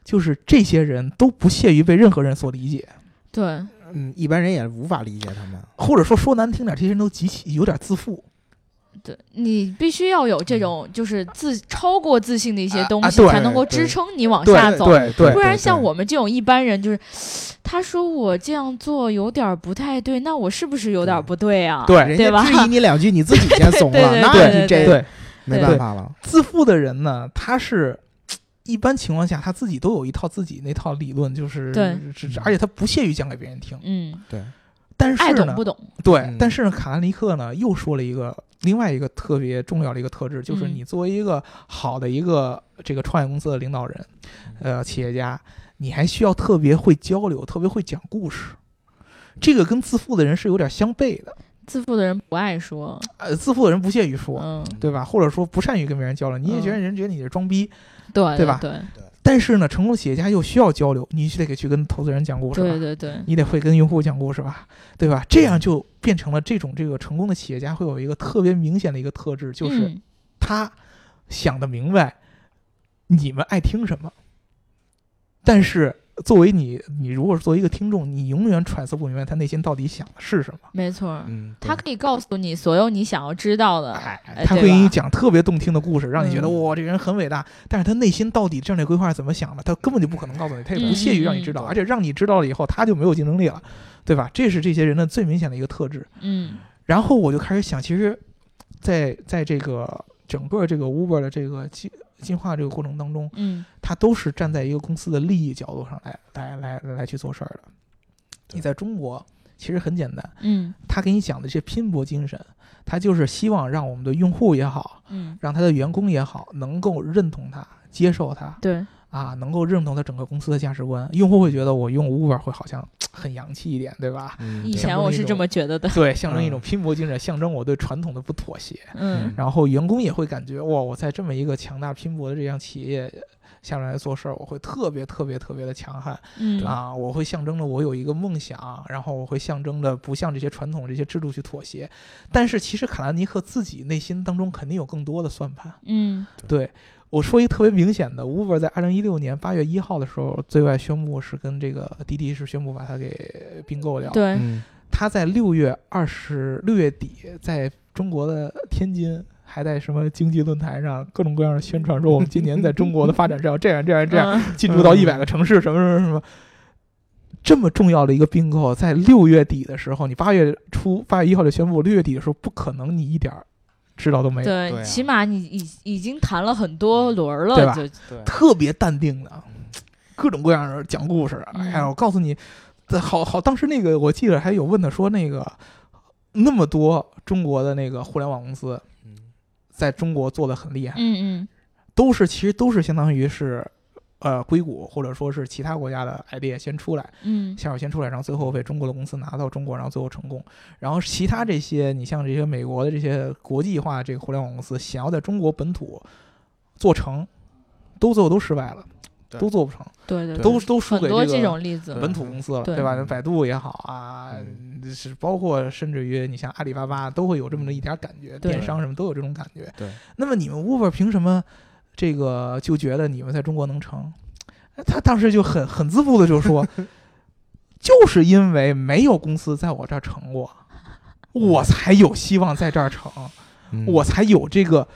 B: 就是这些人都不屑于被任何人所理解，
A: 对，
C: 嗯，一般人也无法理解他们。
B: 或者说说难听点，这些人都极其有点自负。
A: 对你必须要有这种就是自超过自信的一些
B: 嗯啊
A: 东
B: 啊
A: 西，
B: 对
A: 才能够
C: 对
A: 支撑你往
B: 对
A: 下走。
B: 对对
A: 不然
C: 对
A: 像
C: 对
A: 我们这种一般人，就是他说我这样做有点儿不太对，那我是不是有点儿不对啊？
B: 对
C: 人
A: 对吧
C: 家质疑你两句，你自己先怂
A: 对
C: 了，
A: 对
C: 那
B: 对
C: 你
A: 对
C: 这
B: 对，
C: 没办法了。
B: 自负的人呢，他是。一般情况下，他自己都有一套自己那套理论，就是
A: 对
B: 是是而且他不屑于讲给别人听。
A: 嗯，
C: 对，
B: 但是呢，
A: 爱懂不懂？
B: 对，
C: 嗯
B: 但是呢卡兰尼克呢又说了一个另外一个特别重要的一个特质，就是
A: 嗯
B: 你作为一个好的一个这个创业公司的领导人，呃，企业家，你还需要特别会交流，特别会讲故事。这个跟自负的人是有点相悖的，
A: 自负的人不爱说，
B: 呃，自负的人不屑于说，
A: 嗯，
B: 对吧？或者说不善于跟别人交流，你也觉得人觉得你是装逼，
A: 对
B: 对吧
A: 对
B: 但是呢，成功企业家又需要交流，你就得去跟投资人讲故事吧，
A: 对对对，
B: 你得会跟用户讲故事吧，对吧？这样就变成了这种这个成功的企业家会有一个特别明显的一个特质，就是
A: 嗯
B: 他想得明白你们爱听什么，但是作为你，你如果是作为一个听众，你永远揣测不明白他内心到底想的是什么。
A: 没错儿，
C: 嗯，
A: 他
C: 对
A: 可以告诉你所有你想要知道的，
B: 哎
A: 哎，
B: 他
A: 对
B: 会给你
A: 吧
B: 讲特别动听的故事，让你觉得
C: 嗯
B: 哇，这个人很伟大。但是他内心到底战略规划是怎么想的，他根本就不可能告诉你，他也不屑于让你知道，
C: 嗯嗯嗯
B: 而且让你知道了以后，他就没有竞争力了，对吧？这是这些人的最明显的一个特质。
A: 嗯
B: 然后我就开始想，其实在，在这个整个这个 Uber 的这个进进化这个过程当中，
A: 嗯
B: 它都是站在一个公司的利益角度上来来来来来去做事儿的。
C: 对
B: 你在中国其实很简单，
A: 嗯
B: 他给你讲的这拼搏精神，他就是希望让我们的用户也好，
A: 嗯，
B: 让他的员工也好，能够认同他、接受他
A: 对，
B: 啊，能够认同他整个公司的价值观。用户会觉得我用 Uber 会好像很洋气一点，对吧？
C: 嗯
A: 以
C: 对
A: 前我是这么觉得的，
B: 对，象征一种拼搏精神，象征我对传统的不妥协。
A: 嗯
B: 然后员工也会感觉哇，我在这么一个强大拼搏的这样企业下面来做事儿，我会特别特别特别的强悍。
A: 嗯
B: 啊，我会象征着我有一个梦想，然后我会象征着不向这些传统这些制度去妥协。但是其实卡兰尼克自己内心当中肯定有更多的算盘。
A: 嗯
B: 对我说一个特别明显的，Uber 在二零一六年八月一号的时候对外宣布是跟这个滴滴是宣布把它给并购掉。，
A: 对，
C: 嗯
B: 他在六月二十六月底在中国的呃天津。还在什么经济论坛上各种各样的宣传，说我们今年在中国的发展是要这样这啊样这样，
A: 嗯
B: 进驻到
C: 嗯
B: 一百个城市，什么什么什么。这么重要的一个并购，在六月底的时候，你八月初八月一号就宣布，六月底的时候不可能你一点儿知道都没有，
A: 对，
C: 对啊
A: 起码你已已经谈了很多轮儿了
B: 对，吧
A: 就
C: 对
B: 特别淡定的，各种各样的讲故事。
A: 嗯
B: 哎呀，我告诉你，这好好，当时那个我记得还有问他说，那个那么多中国的那个互联网公司
C: 嗯
B: 在中国做的很厉害，
A: 嗯
B: 都是其实都是相当于是，呃，硅谷或者说是其他国家的 idea 先出来。
A: 嗯
B: 下手先出来，然后最后被中国的公司拿到中国，然后最后成功。然后其他这些，你像这些美国的这些国际化这个互联网公司，想要在中国本土做成，都最后都失败了，
C: 对
B: 都做不成，
A: 嗯，对对，
B: 都
A: 对
B: 都输
A: 很
B: 给
A: 多
B: 这
A: 这
B: 个
A: 种例子，
B: 本土公司了，
A: 对
B: 对吧？百度也好啊，
C: 嗯
B: 是包括甚至于你像阿里巴巴都会有这么一点感觉，
A: 对
B: 电商什么都有这种感觉。
C: 对，
B: 那么你们 Uber 凭什么这个就觉得你们在中国能成？哎他当时就很很自负的就 说，就是因为没有公司在我这儿成 过，我才有希望在这儿成，
C: 嗯
B: 我才有这个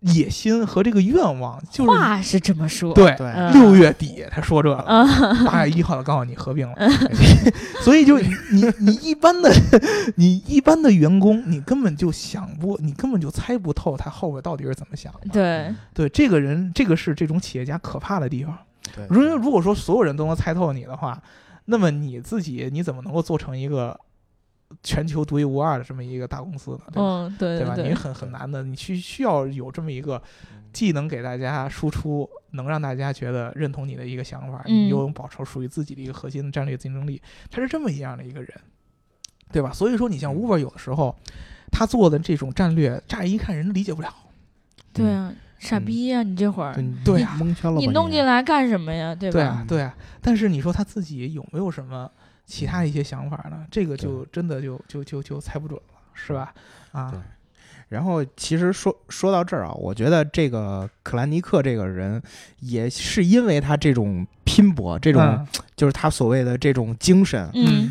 B: 野心和这个愿望，就是
A: 话是这么说，
B: 对。
C: 对
A: 嗯
B: 六月底他说这个，
A: 嗯，
B: 八月一号他告诉你合并了， 所以就你你你一般的你一般的员工，你根本就想不，你根本就猜不透他后边到底是怎么想的。
A: 对，
B: 对，这个人，这个是这种企业家可怕的地方。
C: 对，
B: 如如果说所有人都能猜透你的话，那么你自己你怎么能够做成一个全球独一无二的这么一个大公司呢？对吧？
A: 嗯，对
B: 对吧？你
A: 对，
B: 很很难的，你需需要有这么一个
C: 嗯
B: 既能给大家输出，能让大家觉得认同你的一个想法，
A: 嗯
B: 你又能保持属于自己的一个核心的战略竞争力，他是这么一样的一个人，对吧？所以说，你像
C: 嗯
B: Uber 有的时候他做的这种战略，乍一看人理解不了。
A: 对啊，傻逼呀、你这会儿
C: 对，
B: 嗯对
C: 你
B: 啊
C: 蒙圈了吧，
A: 你弄进
C: 来，
A: 来干什么呀？对
B: 对
A: 吧？
B: 啊，对啊。但是你说他自己有没有什么其他一些想法呢？这个就真的就就就就猜不准了，是吧？啊
C: 嗯对，然后其实说说到这儿啊，我觉得这个克兰尼克这个人，也是因为他这种拼搏，这
B: 这
C: 种、就是他所谓的这种精神，
A: 嗯，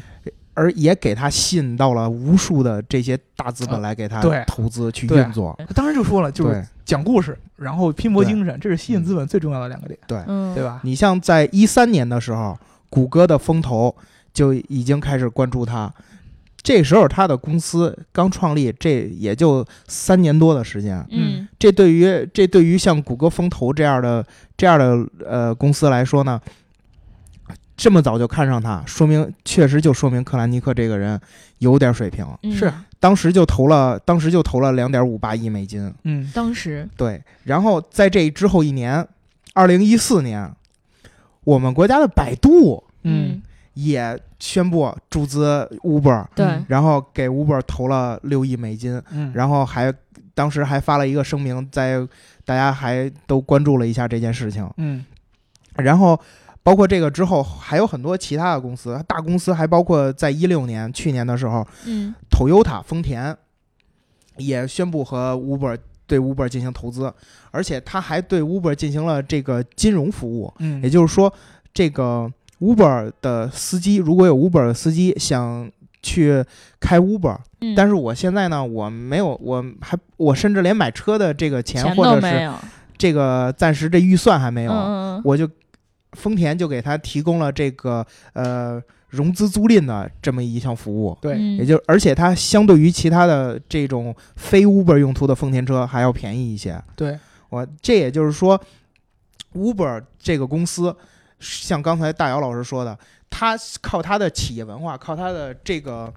C: 而也给他吸引到了无数的这些大资本
B: 呃
C: 来给他
B: 对
C: 投资去
B: 对
C: 运作。
B: 嗯当然就说了，就是
C: 对
B: 讲故事，然后拼搏
C: 对
B: 精神，这是吸引资本最重要的两个点，
A: 嗯，
B: 对？吧？
C: 你像在一三年的时候，谷歌的风投就已经开始关注他。这时候他的公司刚创立，这也就三年多的时间。
A: 嗯
C: 这对于这对于像谷歌风投这样的这样的呃公司来说呢，这么早就看上他，说明确实就说明克兰尼克这个人有点水平。
A: 嗯
B: 是，
C: 当时就投了，当时就投了两点五八亿美金。
B: 嗯，
A: 当时
C: 对，然后在这之后一年，二零一四年，我们国家的百度
B: 嗯，
C: 也宣布注资 Uber，
A: 对，
C: 然后给 Uber 投了六亿美金，
B: 嗯，
C: 然后还当时还发了一个声明，在大家还都关注了一下这件事情。
B: 嗯
C: 然后包括这个之后，还有很多其他的公司，大公司还包括在一六年去年的时候
A: 嗯
C: Toyota 丰田也宣布和 Uber 对 Uber 进行投资，而且他还对 Uber 进行了这个金融服务，
B: 嗯，
C: 也就是说，这个 Uber 的司机如果有 Uber 的司机想去开 Uber，
A: 嗯，
C: 但
A: 是
C: 是我现在呢，我没有，我还我甚至连买车的这个钱
A: 钱
C: 或
A: 都
C: 者
A: 没
C: 是
A: 有，
C: 这个暂时这预算还没有，
A: 嗯嗯
C: 我就丰田就给他提供了这个呃融资租赁的这么一项服务。
B: 对，
A: 嗯，
C: 也就而且它相对于其他的这种非 Uber 用途的丰田车还要便宜一些。
B: 对，
C: 我这也就是说，Uber 这个公司，像刚才大姚老师说的，它靠它的企业文化，靠它的这个。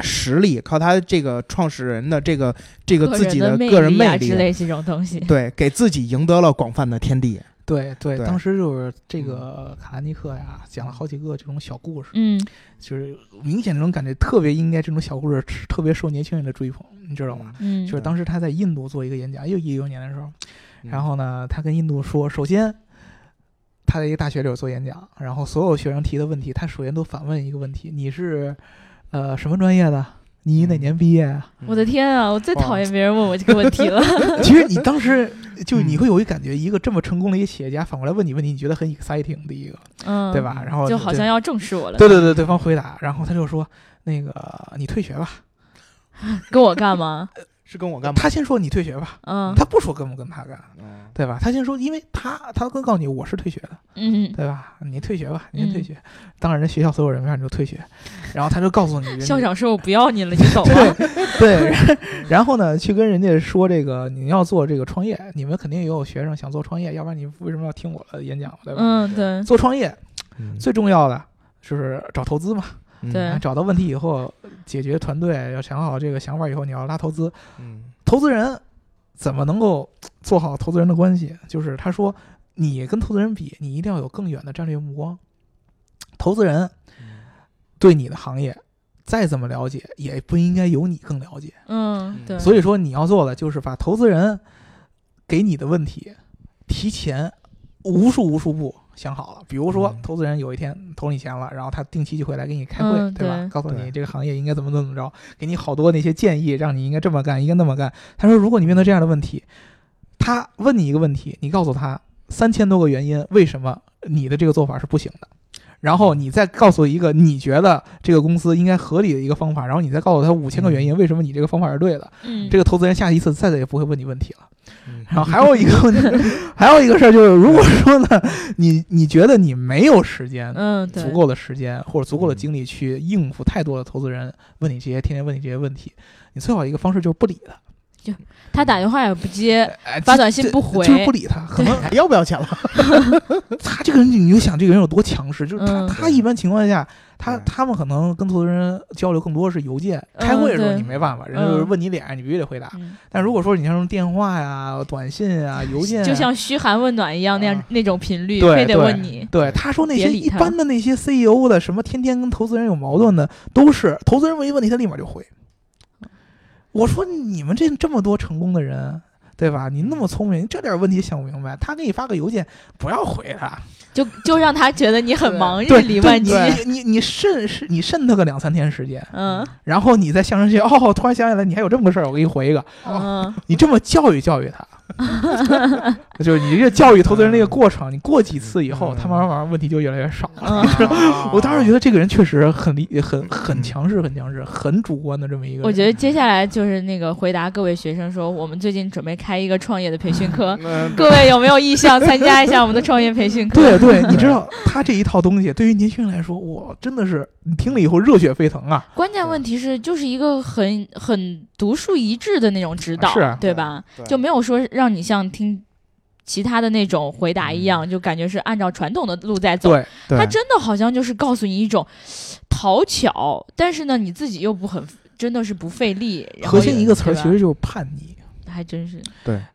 C: 实力靠它这个创始人的这个这个自己
A: 的
C: 个人
A: 力
C: 魅
A: 啊之
C: 力，
A: 类这种东西，
C: 对，给自己赢得了广泛的天地。
B: 对对，
C: 对嗯
B: 当时就是这个卡兰尼克呀，讲了好几个这种小故事，
A: 嗯
B: 就是明显这种感觉特别应该这种小故事特别受年轻人的追捧，你知道吗？
A: 嗯，
B: 就是
C: 对
B: 当时他在印度做一个演讲，又一六年的时候，
C: 嗯
B: 然后呢，他跟印度说，首先他在一个大学里边做演讲，然后所有学生提的问题，他首先都反问一个问题：你是呃什么专业的？你
C: 嗯
B: 哪年毕业啊？
A: 我的天啊，我最
C: 哇
A: 讨厌别人问我这个问题了，
B: 其实你当时就你会有一感觉，一个这么成功的一个企业家反过来问你问题，你觉得很 exciting 的一个，
A: 嗯，
B: 对？吧？然后
A: 就好像
B: 对
A: 要正视我了，
B: 对对对，对方回答，然后他就说那个你退学吧，
A: 跟我干嘛？
C: 是跟我干嘛？
B: 他先说你退学吧，
A: 嗯
B: 他不说跟不跟他干，
C: 嗯
B: 对吧？他先说，因为他他更告诉你我是退学的。
A: 嗯，
B: 对吧？你退学吧，你先退
A: 嗯
B: 学。当然，人学校所有人让你就退学，然后他就告诉你
A: 校长说我不要你了，你走啊吧。
B: 对对， 然然后呢，去跟人家说这个你要做这个创业，你们肯定也有学生想做创业，要不然你为什么要听我的演讲，对吧？
A: 嗯，对，
B: 做创业
C: 嗯
B: 最重要的就是找投资嘛，
A: 对
B: 找到问题以后，解决团队要想好这个想法以后，你要拉投资，
C: 嗯
B: 投资人怎么能够做好投资人的关系？就是他说，你跟投资人比，你一定要有更远的战略目光。投资人
C: 嗯
B: 对你的行业再怎么了解，也不应该有你更了解。
A: 嗯，对，
B: 所以说，你要做的就是把投资人给你的问题提前无数无数步想好了。比如说
C: 嗯，
B: 投资人有一天投你钱了，然后他定期就会来给你开会，
A: 嗯
B: 对吧
A: 对？
B: 告诉你
C: 对
B: 这个行业应该怎么怎么着，给你好多那些建议，让你应该这么干，应该那么干。他说，如果你面对这样的问题，他问你一个问题，你告诉他三千多个原因，为什么你的这个做法是不行的。然后
A: 嗯
B: 你再告诉一个你觉得这个公司应该合理的一个方法，然后你再告诉他五千个原因，为什么你这个方法是对的。
A: 嗯，
B: 这个投资人下一次再也不会问你问题 了。
C: 嗯
B: 然后还有一个问题，还有一个事儿就是，如果说呢，你你觉得你没有时间，
A: 嗯，对
B: 足，够的时间或者足够的
C: 嗯
B: 精力去应付太多的投资人问你这些天天问你这些问题，你最好一个方式就是不理他，
A: 他打电话也不接，
B: 哎，
A: 发
B: 就
A: 短信不回，
B: 就是不理他。可能
C: 还要不要钱了？
B: 他这个人，你就想这个人有多强势，就是他
A: 嗯
B: 他一般情况下，他
C: 对
B: 他们可能跟投资人交流更多是邮件，开
A: 嗯
B: 会的时候
A: 对
B: 你没办法，人家就是
A: 嗯
B: 问你脸，你必须得回答。
A: 嗯
B: 但如果说你像什么电话呀、短信啊、邮件啊，
A: 就像嘘寒问暖一样那样
C: 啊
A: 那种频率，
B: 对
A: 非得
B: 对
A: 问你，
B: 对，他说那
A: 别
B: 些
A: 理
B: 一
A: 他
B: 般的那些 CEO 的什么天天跟投资人有矛盾的，都是投
A: 嗯
B: 资人问一问题，他立马就回。我说你们这这么多成功的人，对吧？你那
A: 嗯
B: 么聪明，这点问题想不明白，他给你发个邮件，不要回他。
A: 就就让他觉得你很忙日
B: 对
A: 理
B: 对
A: 哎万机。
B: 你你你慎是你慎他个两三天时间，
A: 嗯
B: 然后你再向上去，哦，突然想起来你还有这么个事儿，我给你回一个。
A: 嗯，
B: 你这么教育教育他， 就是你这个教育投资人那个
A: 嗯
B: 过程，你过几次以后，
C: 嗯
B: 他慢慢慢慢问题就越来越少了。
A: 嗯
B: 我当时觉
C: 得，
B: 得这个人确实很理很很
C: 嗯
B: 强势、很强势、很主观的这么一个人。
A: 我觉得接下来就是那个回答各位学生说，我们最近准备开一个创业的培训 课，
C: 嗯
A: 各位有没有意向参加一下我们的创业培训课？
B: 对对，你知道他这一套东西对于年轻人来说，我真的是你听了以后热血沸腾啊！
A: 关键问题是，就是一个很很独树一帜的那种指导，
B: 是啊
A: 对吧？
C: 对
A: 就没有说让你像听其他的那种回答一样，就感觉是按照传统的路在走。
B: 嗯对
A: 他
C: 对
A: 真的好像就是告诉你一种讨巧，但是呢，你自己又不很，真的是不费力。然后
B: 核心
A: 也
B: 一个词儿
A: 对吧
B: 其实就是叛逆。
A: 还真是，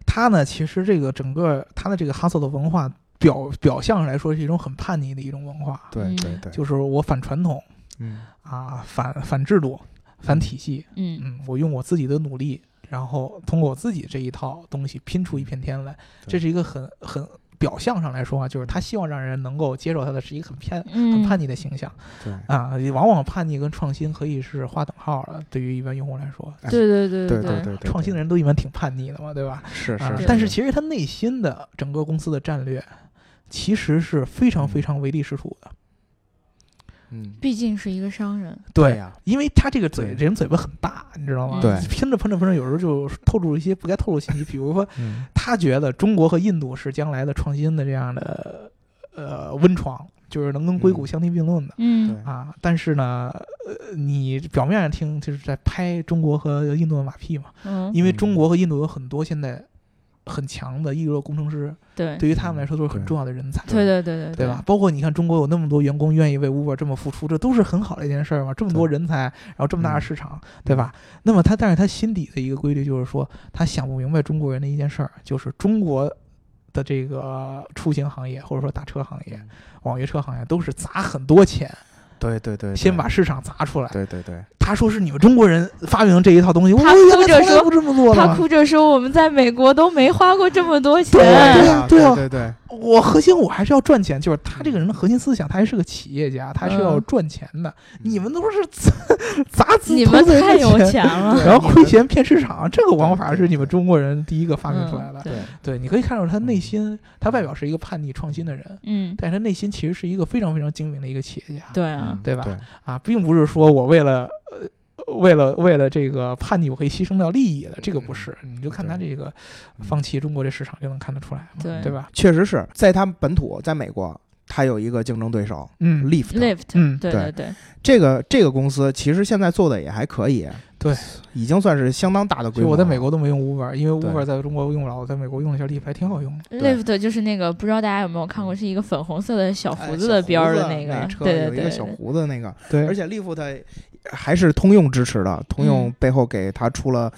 B: 他呢，其实这个整个他的这个哈索的文化表表象上来说是一种很叛逆的一种文化，
C: 对对对，
B: 嗯就是我反传统
C: 嗯
B: 啊，反反制度、反体系，
A: 嗯，
B: 嗯，我用我自己的努力，然后通过我自己这一套东西拼出一片天来，
C: 嗯对嗯
B: 这是一个很很表象上来说啊，就是他希望让人能够接受他的是一个很偏。很
A: 嗯，
B: 叛逆的形象
C: 对。
B: 啊，也往往叛逆跟创新可以是划等号了。对于一般用户来说，
A: 对对对
C: 对
A: 对
C: 对对，对
B: 创新的人都一般挺叛逆的嘛，对吧？
C: 是
B: 啊
C: 是是，
B: 但是其实他内心的整个公司的战略，其实是非常非常唯利是图的。
C: 嗯，
A: 毕竟是一个商人，
C: 对呀，
B: 啊因为他这个嘴，
C: 对
B: 人嘴巴很大，你知道吗？
C: 对
B: 喷着喷着喷着，有时候就透露一些不该透露信息。比如说，
C: 嗯
B: 他觉得中国和印度是将来的创新的这样的呃温床，就是能跟硅谷
C: 嗯
B: 相提并论的。
A: 嗯，
C: 对
B: 啊，但是呢，呃，你表面上听就是在拍中国和印度的马屁嘛，
A: 嗯，
B: 因为
C: 嗯
B: 中国和印度有很多现在很强的艺术工程师，
A: 对，嗯对
B: 对于他们来说都是很
C: 对
B: 重要的人才。
A: 对对对
B: 对吧？？包括你看，中国有那么多员工愿意为 Uber 这么付出，这都是很好的一件事儿嘛。这么多人才，然后这
A: 嗯
B: 么大的市场，对吧？那么他，但是他心底的一个规律就是说，他想不明白中国人的一件事儿，就是中国的这个出行行业，或者说打车行
A: 嗯
B: 业、网约车行业，都是砸很多钱，
C: 嗯对对对，
B: 先
C: 对
B: 把市场砸出来。
C: 对对对，
B: 他说是你们中国人发明这一套东西，我
A: 他
B: 原来
A: 哭着
B: 从来
A: 说
B: 不这么做
A: 他
B: 的。
A: 哭着说：“我们在美国都没花过这么多钱。
B: 对对
C: 呀
B: 对啊
C: 对嗯对，
B: 我核心我还是要赚钱，就是他这个人的核心思想，他还是个企业家，他是要
A: 嗯
B: 赚钱的。你
C: 嗯
B: 们都是 砸砸 资，
A: 你们
B: 投资人
A: 太
B: 的
A: 有
B: 钱，
A: 钱 了，
C: 对
B: 然后
C: 你
B: 亏
C: 们
B: 钱骗市场，这个玩法
C: 对
B: 是
C: 对
B: 你们
C: 对
B: 中国人第一个发明
A: 嗯
B: 出来的。
A: 对，
B: 对，啊你可以看到他内
C: 嗯
B: 心，他外表是一个叛逆创新的人，
A: 嗯，
B: 但是他内心其实是一个非常非常精明的一个企业家。
A: 对啊，
B: 对吧
C: 嗯对
B: 啊，并不是说我为了呃为了为了这个叛逆，我可以牺牲掉利益的，这个不是。你就看他
C: 对
B: 这个放弃中国这市场就能看得出来嘛，
A: 对
B: 对吧？
C: 确实是在他们本土，在美国，他有一个竞争对手
B: 嗯
C: Lyft，
A: ，Lift，
B: 嗯，
A: 对
C: 对
A: 对，
C: 这个这个公司其实现在做的也还可以，
B: 对，
C: 已经算是相当大的
B: 其
C: 规
B: 实
C: 模。
B: 我在美，国都没用 Uber，因为
C: 对
B: Uber 在中国用不了，我在美国用了一下 l i f 还挺好用的。
A: Lift 就是那个，不知道大家有没有看过，是一个粉红色的
C: 哎
A: 小胡子的边儿的
C: 那
A: 个，
C: 车
A: 对对
C: 有一
A: 对
C: 个
A: 对
C: 哎小
A: 对，
C: 胡子那个，
B: 对
C: 而且利福它还是通用支持的，
A: 嗯
C: 通用背后给他出了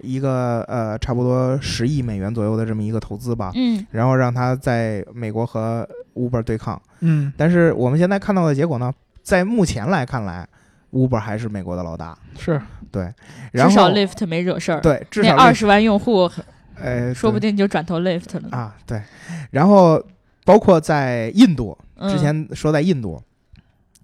C: 一个呃差不多十亿美元左右的这么一个投资吧，
A: 嗯，
C: 然后让他在美国和 Uber 对抗。
B: 嗯，
C: 但是我们现在看到的结果呢，在目前来看来，Uber 还是美国的老大。
B: 是
C: 然
A: 至
C: 后
A: 少 Lift 没惹事儿，
C: 对，至
A: 那
C: 少
A: 二
C: Lyft，
A: 十万用户，
C: 呃，
A: 说不
C: 对
A: 定就转投 Lift 了呢。
C: 啊，对。然后包括在印度，
A: 嗯
C: 之，前说在印度，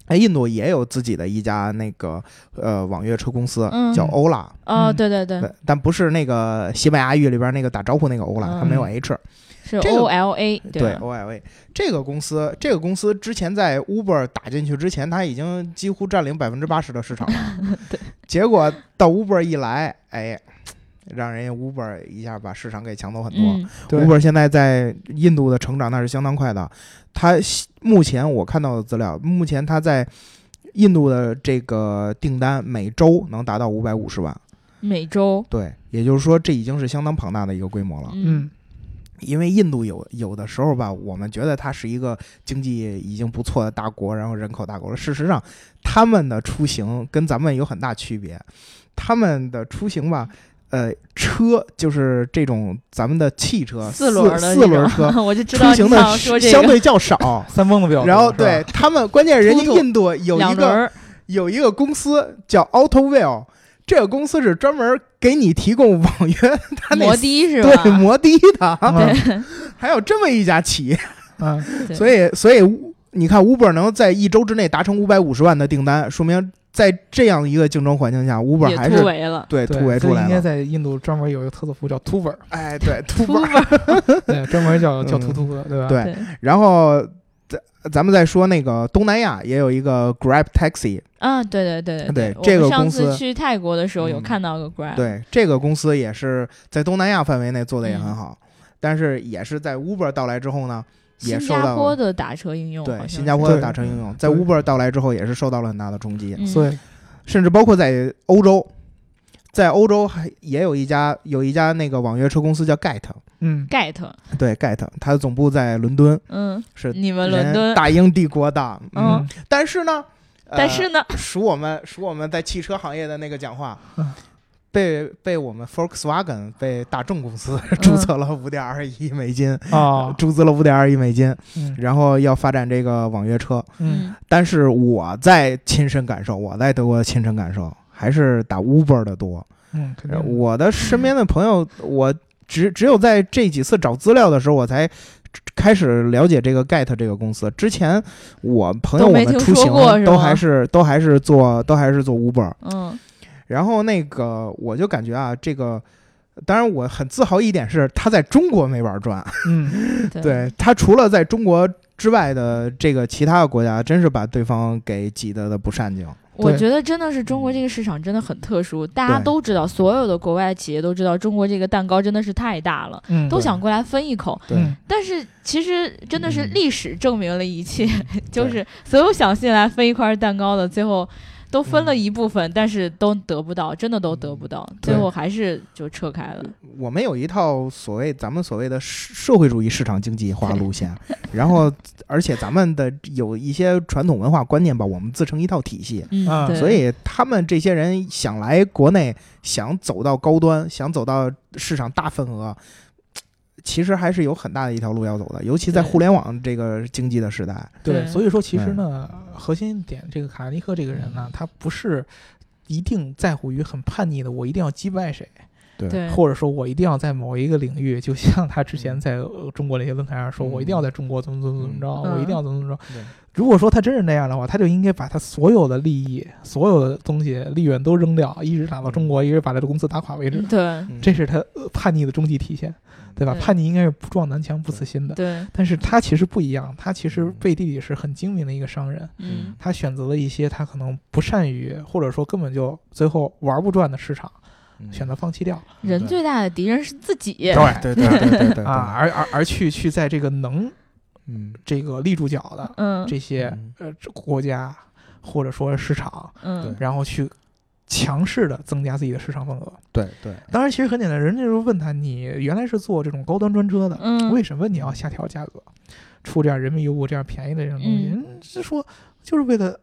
C: 哎，印度也有自己的一家那个呃网约车公司
A: 嗯
C: 叫欧拉，
A: 哦，
B: 嗯
A: 对对对，
C: 对但不是那个西班牙语里边那个打招呼那个欧拉，它没有
B: 嗯
C: H，
A: 是
C: 这个
A: O L A，
C: 对
A: 吧
C: O L A 这个公司，这个公司之前在 Uber 打进去之前，它已经几乎占领百分之八十的市场了。
A: 对，
C: 结果到 Uber 一来，哎，让人家 Uber 一下把市场给抢走很多。
A: 嗯，
B: 对
C: Uber 现在在印度的成长那是相当快的。它西目前我看到的资料，目前它在印度的这个订单每周能达到五百五十万，
A: 每周，
C: 对，也就是说这已经是相当庞大的一个规模了。
A: 嗯
B: 嗯，。
C: 因为印度有有的时候吧，我们觉得它是一个经济已经不错的大国，然后人口大国了。事实上，他们的出行跟咱们有很大区别。他们的出行吧，呃，车就是这种咱们的汽车，
A: 四
C: 嗯四
A: 轮儿的
C: 四
A: 这种
C: 轮 车
A: 我就知道
C: 出
A: 你
C: 行
A: 想
C: 的
A: 说
C: 是
A: 这
C: 相
A: 个
C: 对较少
B: 三蹦子比较多。
C: 然后
B: 是吧
C: 对他们，关键人家
A: 突突
C: 印度有
A: 两
C: 一
A: 轮
C: 个
A: 儿，
C: 有一个公司叫 Auto Wheel，这个公司是专门给你提供网约，它那
A: 摩的是吧？
C: 对摩的的，
A: 对，
C: 还有这么一家企业，
B: 嗯，
A: 对
C: 所以所以你看，Uber 能在一周之内达成五百五十万的订单，说明在这样一个竞争环境下，Uber
A: 也
C: 还
A: 突
C: 是
A: 围了。
C: 对
B: 对
C: 突围
B: 所以
C: 出来
B: 应该
C: 了。
B: 在印度专门有一个特色服务叫 Tuber，
C: 哎， 对突
A: 突围
C: 围。
B: 对，专门叫叫
C: 嗯
B: 突突的，对吧？
C: 对
A: 对，
C: 然后咱咱们再说那个东南亚也有一个 Grab Taxi，
A: 啊，对对对
C: 对
A: 我
C: 这
A: 们
C: 个
A: 上
C: 公
A: 次
C: 司
A: 去泰国的时候有
C: 嗯
A: 看到个 Grab，
C: 对这个公司也是在东南亚范围内做的也很
A: 嗯
C: 好，但是也是在 Uber 到来之后呢，也
A: 新
C: 受
A: 加
C: 到
A: 坡
C: 了
A: 的打车应用好像
C: 对
A: 是，
C: 新加坡的
B: 对
C: 打车应用在
B: 对
C: Uber 到来之后也是受到了很大的冲击，
A: 嗯
B: 所以
C: 甚至包括在欧洲，在欧洲还也有一家有一家那个网约车公司叫 Get，
B: 嗯，
A: Get，
C: 对 Get，它的总部在伦敦，
A: 嗯，
C: 是
A: 你们伦
C: 人
A: 敦，
C: 大英帝国的，
A: 嗯
B: 嗯
C: 但是呢，呃
A: 但是呢，
C: 数我们数我们在汽车行业的那个讲话
B: 嗯，
C: 被被我们 Volkswagen 被大众公司 注册了五点二亿美金，
B: 哦，
C: 注资了五点二亿美金，
B: 嗯
C: 然后要发展这个网约车。
B: 嗯，
A: 嗯，
C: 但是我在亲身感受，我在德国的亲身感受还是打 Uber 的多。
B: 嗯，肯定的
C: 我的身边的朋友，我只只有在这几次找资料的时候，我才。开始了解这个 Get 这个公司，之前我朋友
A: 都
C: 我
A: 没
C: 们
A: 听
C: 出
A: 说
C: 行
A: 过是
C: 都
A: 吗
C: 还是都还是做都还是做 Uber，
A: 嗯，
C: 然后那个我就感觉啊，这个当然我很自豪一点是，他在中国没玩转，
B: 嗯，
A: 对
C: 对他除了在中国之外的这个其他的国家，真是把对方给挤得的不善净。
A: 我
B: 对
A: 觉得真的是中国这个市场真的很特殊，大家
C: 对
A: 都知道，所有的国外企业都知道中国这个蛋糕真的是太大了，
B: 嗯，
A: 都
C: 对
A: 想过来分一口。
C: 对，
B: 嗯
A: 但是其实真的是
C: 嗯
A: 历史证明了一切， 就是所有想进来分一块蛋糕的，最后都分了一部分，但是都得不到，真的都得不到，
B: 对
A: 最后还是就撤开了。
C: 我们有一套所谓咱们所谓的社社会主义市场经济化路 线，然后而且咱们的有一些传统文化观念吧，我们自成一套体系。
A: 嗯，
B: 啊
A: 对
C: 所以他们这些人想来国内，想走到高端，想走到市场大份额，其实还是有很大的一条路要走的，尤其在
A: 对
C: 互联网这个经济的时代。
B: 对，
A: 对
B: 所以说其
C: 嗯
B: 实呢，核心点这个卡拉尼克这个人呢，
A: 嗯
B: 他不是一定在乎于很叛逆的，我一定要击败谁，
A: 对，嗯
B: 或者说我一定要在某一个领域，就像他之前在呃中国那些论坛上说，
C: 嗯
B: 我一定要在中国怎么怎么怎么着，
A: 嗯
B: 我一定要怎么怎么着。如果说他真是那样的话，他就应该把他所有的利益、所有的东西、利润都扔掉，一直打到中国，一直把这个公司打垮为止
A: 嗯。对
B: 这是他呃叛逆的终极体现，对吧？
A: 对
B: 叛逆应该是不撞南墙不死心的，
A: 对，
B: 但是他其实不一样，他其实背地里是很精明的一个商人，
A: 嗯，
B: 他选择了一些他可能不善于，或者说根本就最后玩不转的市场，
C: 嗯
B: 选择放弃掉
A: 人最大的敌人是自己。
C: 对对对对对 对
B: 啊，，而而而去去在这个能
C: 嗯
B: 这个立住脚的
A: 嗯
B: 这些
C: 嗯
B: 呃这国家或者说市场，
A: 嗯
C: 对
B: 然后去强势的增加自己的市场份额。
C: 对对，
B: 当然，其实很简单，人家就问他，你原来是做这种高端专车的，
A: 嗯，
B: 为什么你要下调价格，出这样人民币优步这样便宜的这种东西？
A: 嗯
B: 人是说就是为了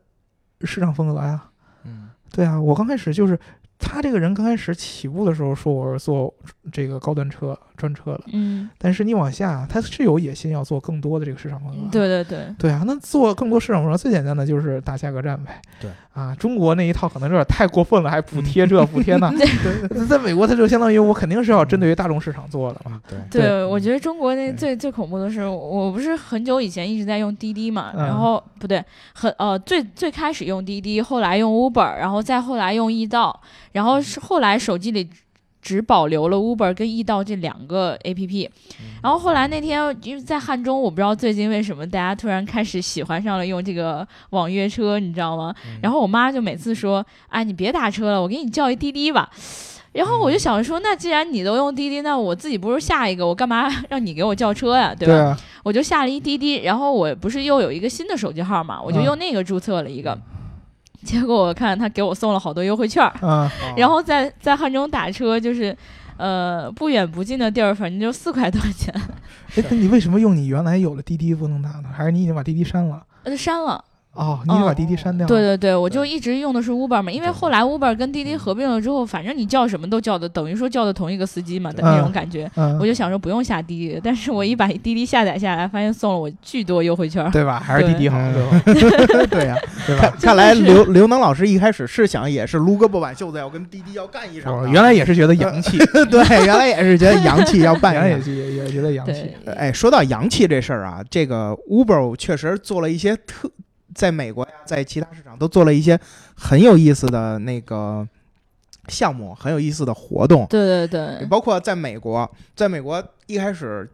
B: 市场份额呀。
C: 嗯
B: 对啊，我刚开始就是他这个人刚开始起步的时候说我是做这个高端车专车的，
A: 嗯，
B: 但是你往下，他是有野心要做更多的这个市场份额。
A: 嗯对对对，
B: 对啊，那做更多市场份额最简单的就是打价格战呗。
C: 对
B: 啊，中国那一套可能有点太过分了，还补贴这补贴 那。
C: 对
B: 那在美国，它就相当于我肯定是要针对于大众市场做的嘛。
C: 对
A: 对，
B: 对
A: 我觉得中国那
B: 对
A: 最最恐怖的是，我不是很久以前一直在用滴滴嘛，
B: 嗯
A: 然后不对，很呃最最开始用滴滴，后来用 Uber，然后再后来用易到，然
B: 嗯
A: 后是后来手机里只保留了 Uber 跟易到这两个 APP，然
B: 嗯
A: 后后来那天因为在汉中，我不知道最近为什么大家突然开始喜欢上了用这个网约车，你知道吗？然后我妈就每次说：“哎，你别打车了，我给你叫一滴滴吧。”然后我就想着说，那既然你都用滴滴，那我自己不如下一个，我干嘛 让你给我叫车呀，对吧？
B: 啊，
A: 我就下了一滴滴，然后我不是又有一个新的手机号嘛，我就用那个注册了一个， 结果我看他给我送了好多优惠券儿，
B: 啊，
A: 然后在在汉中打车就是。呃，不远不近的地儿，反正就四块多钱，
B: 哎，那你为什么用你原来有的滴滴不能打呢？还是你已经把滴滴删了？
A: 呃，删了。
B: 哦，你也把滴滴删掉了。
C: 嗯
A: 对对对，我就一直用的是 Uber 嘛，因为后来 Uber 跟滴滴合并了之后，反正你叫什么都叫的，等于说叫的同一个司机嘛的那种感觉。
B: 嗯，
A: 我就想说不用下滴滴，但是我一把滴滴下载下来，发现送了我巨多优惠券儿。
B: 对吧？还是滴滴好，
C: 对
B: 对吧？
C: 哦对啊呀、
B: 对吧
C: 看看来刘刘能老师一开始是想也是撸个不挽袖子，要跟滴滴要干一场
B: 我
C: 的。
B: 哦呃 原来也是觉得洋气，
C: 对，原来也是觉得洋气要办
B: 原来
C: 一
B: 也
C: 场。
B: 是也也觉得洋气
A: 对。，
C: 哎，说到洋气这事儿啊，这个 Uber 确实做了一些特，在美国呀，在其他市场都做了一些很有意思的那个项目，很有意思的活动。
A: 对对对，
C: 包括在美国，在美国一开始，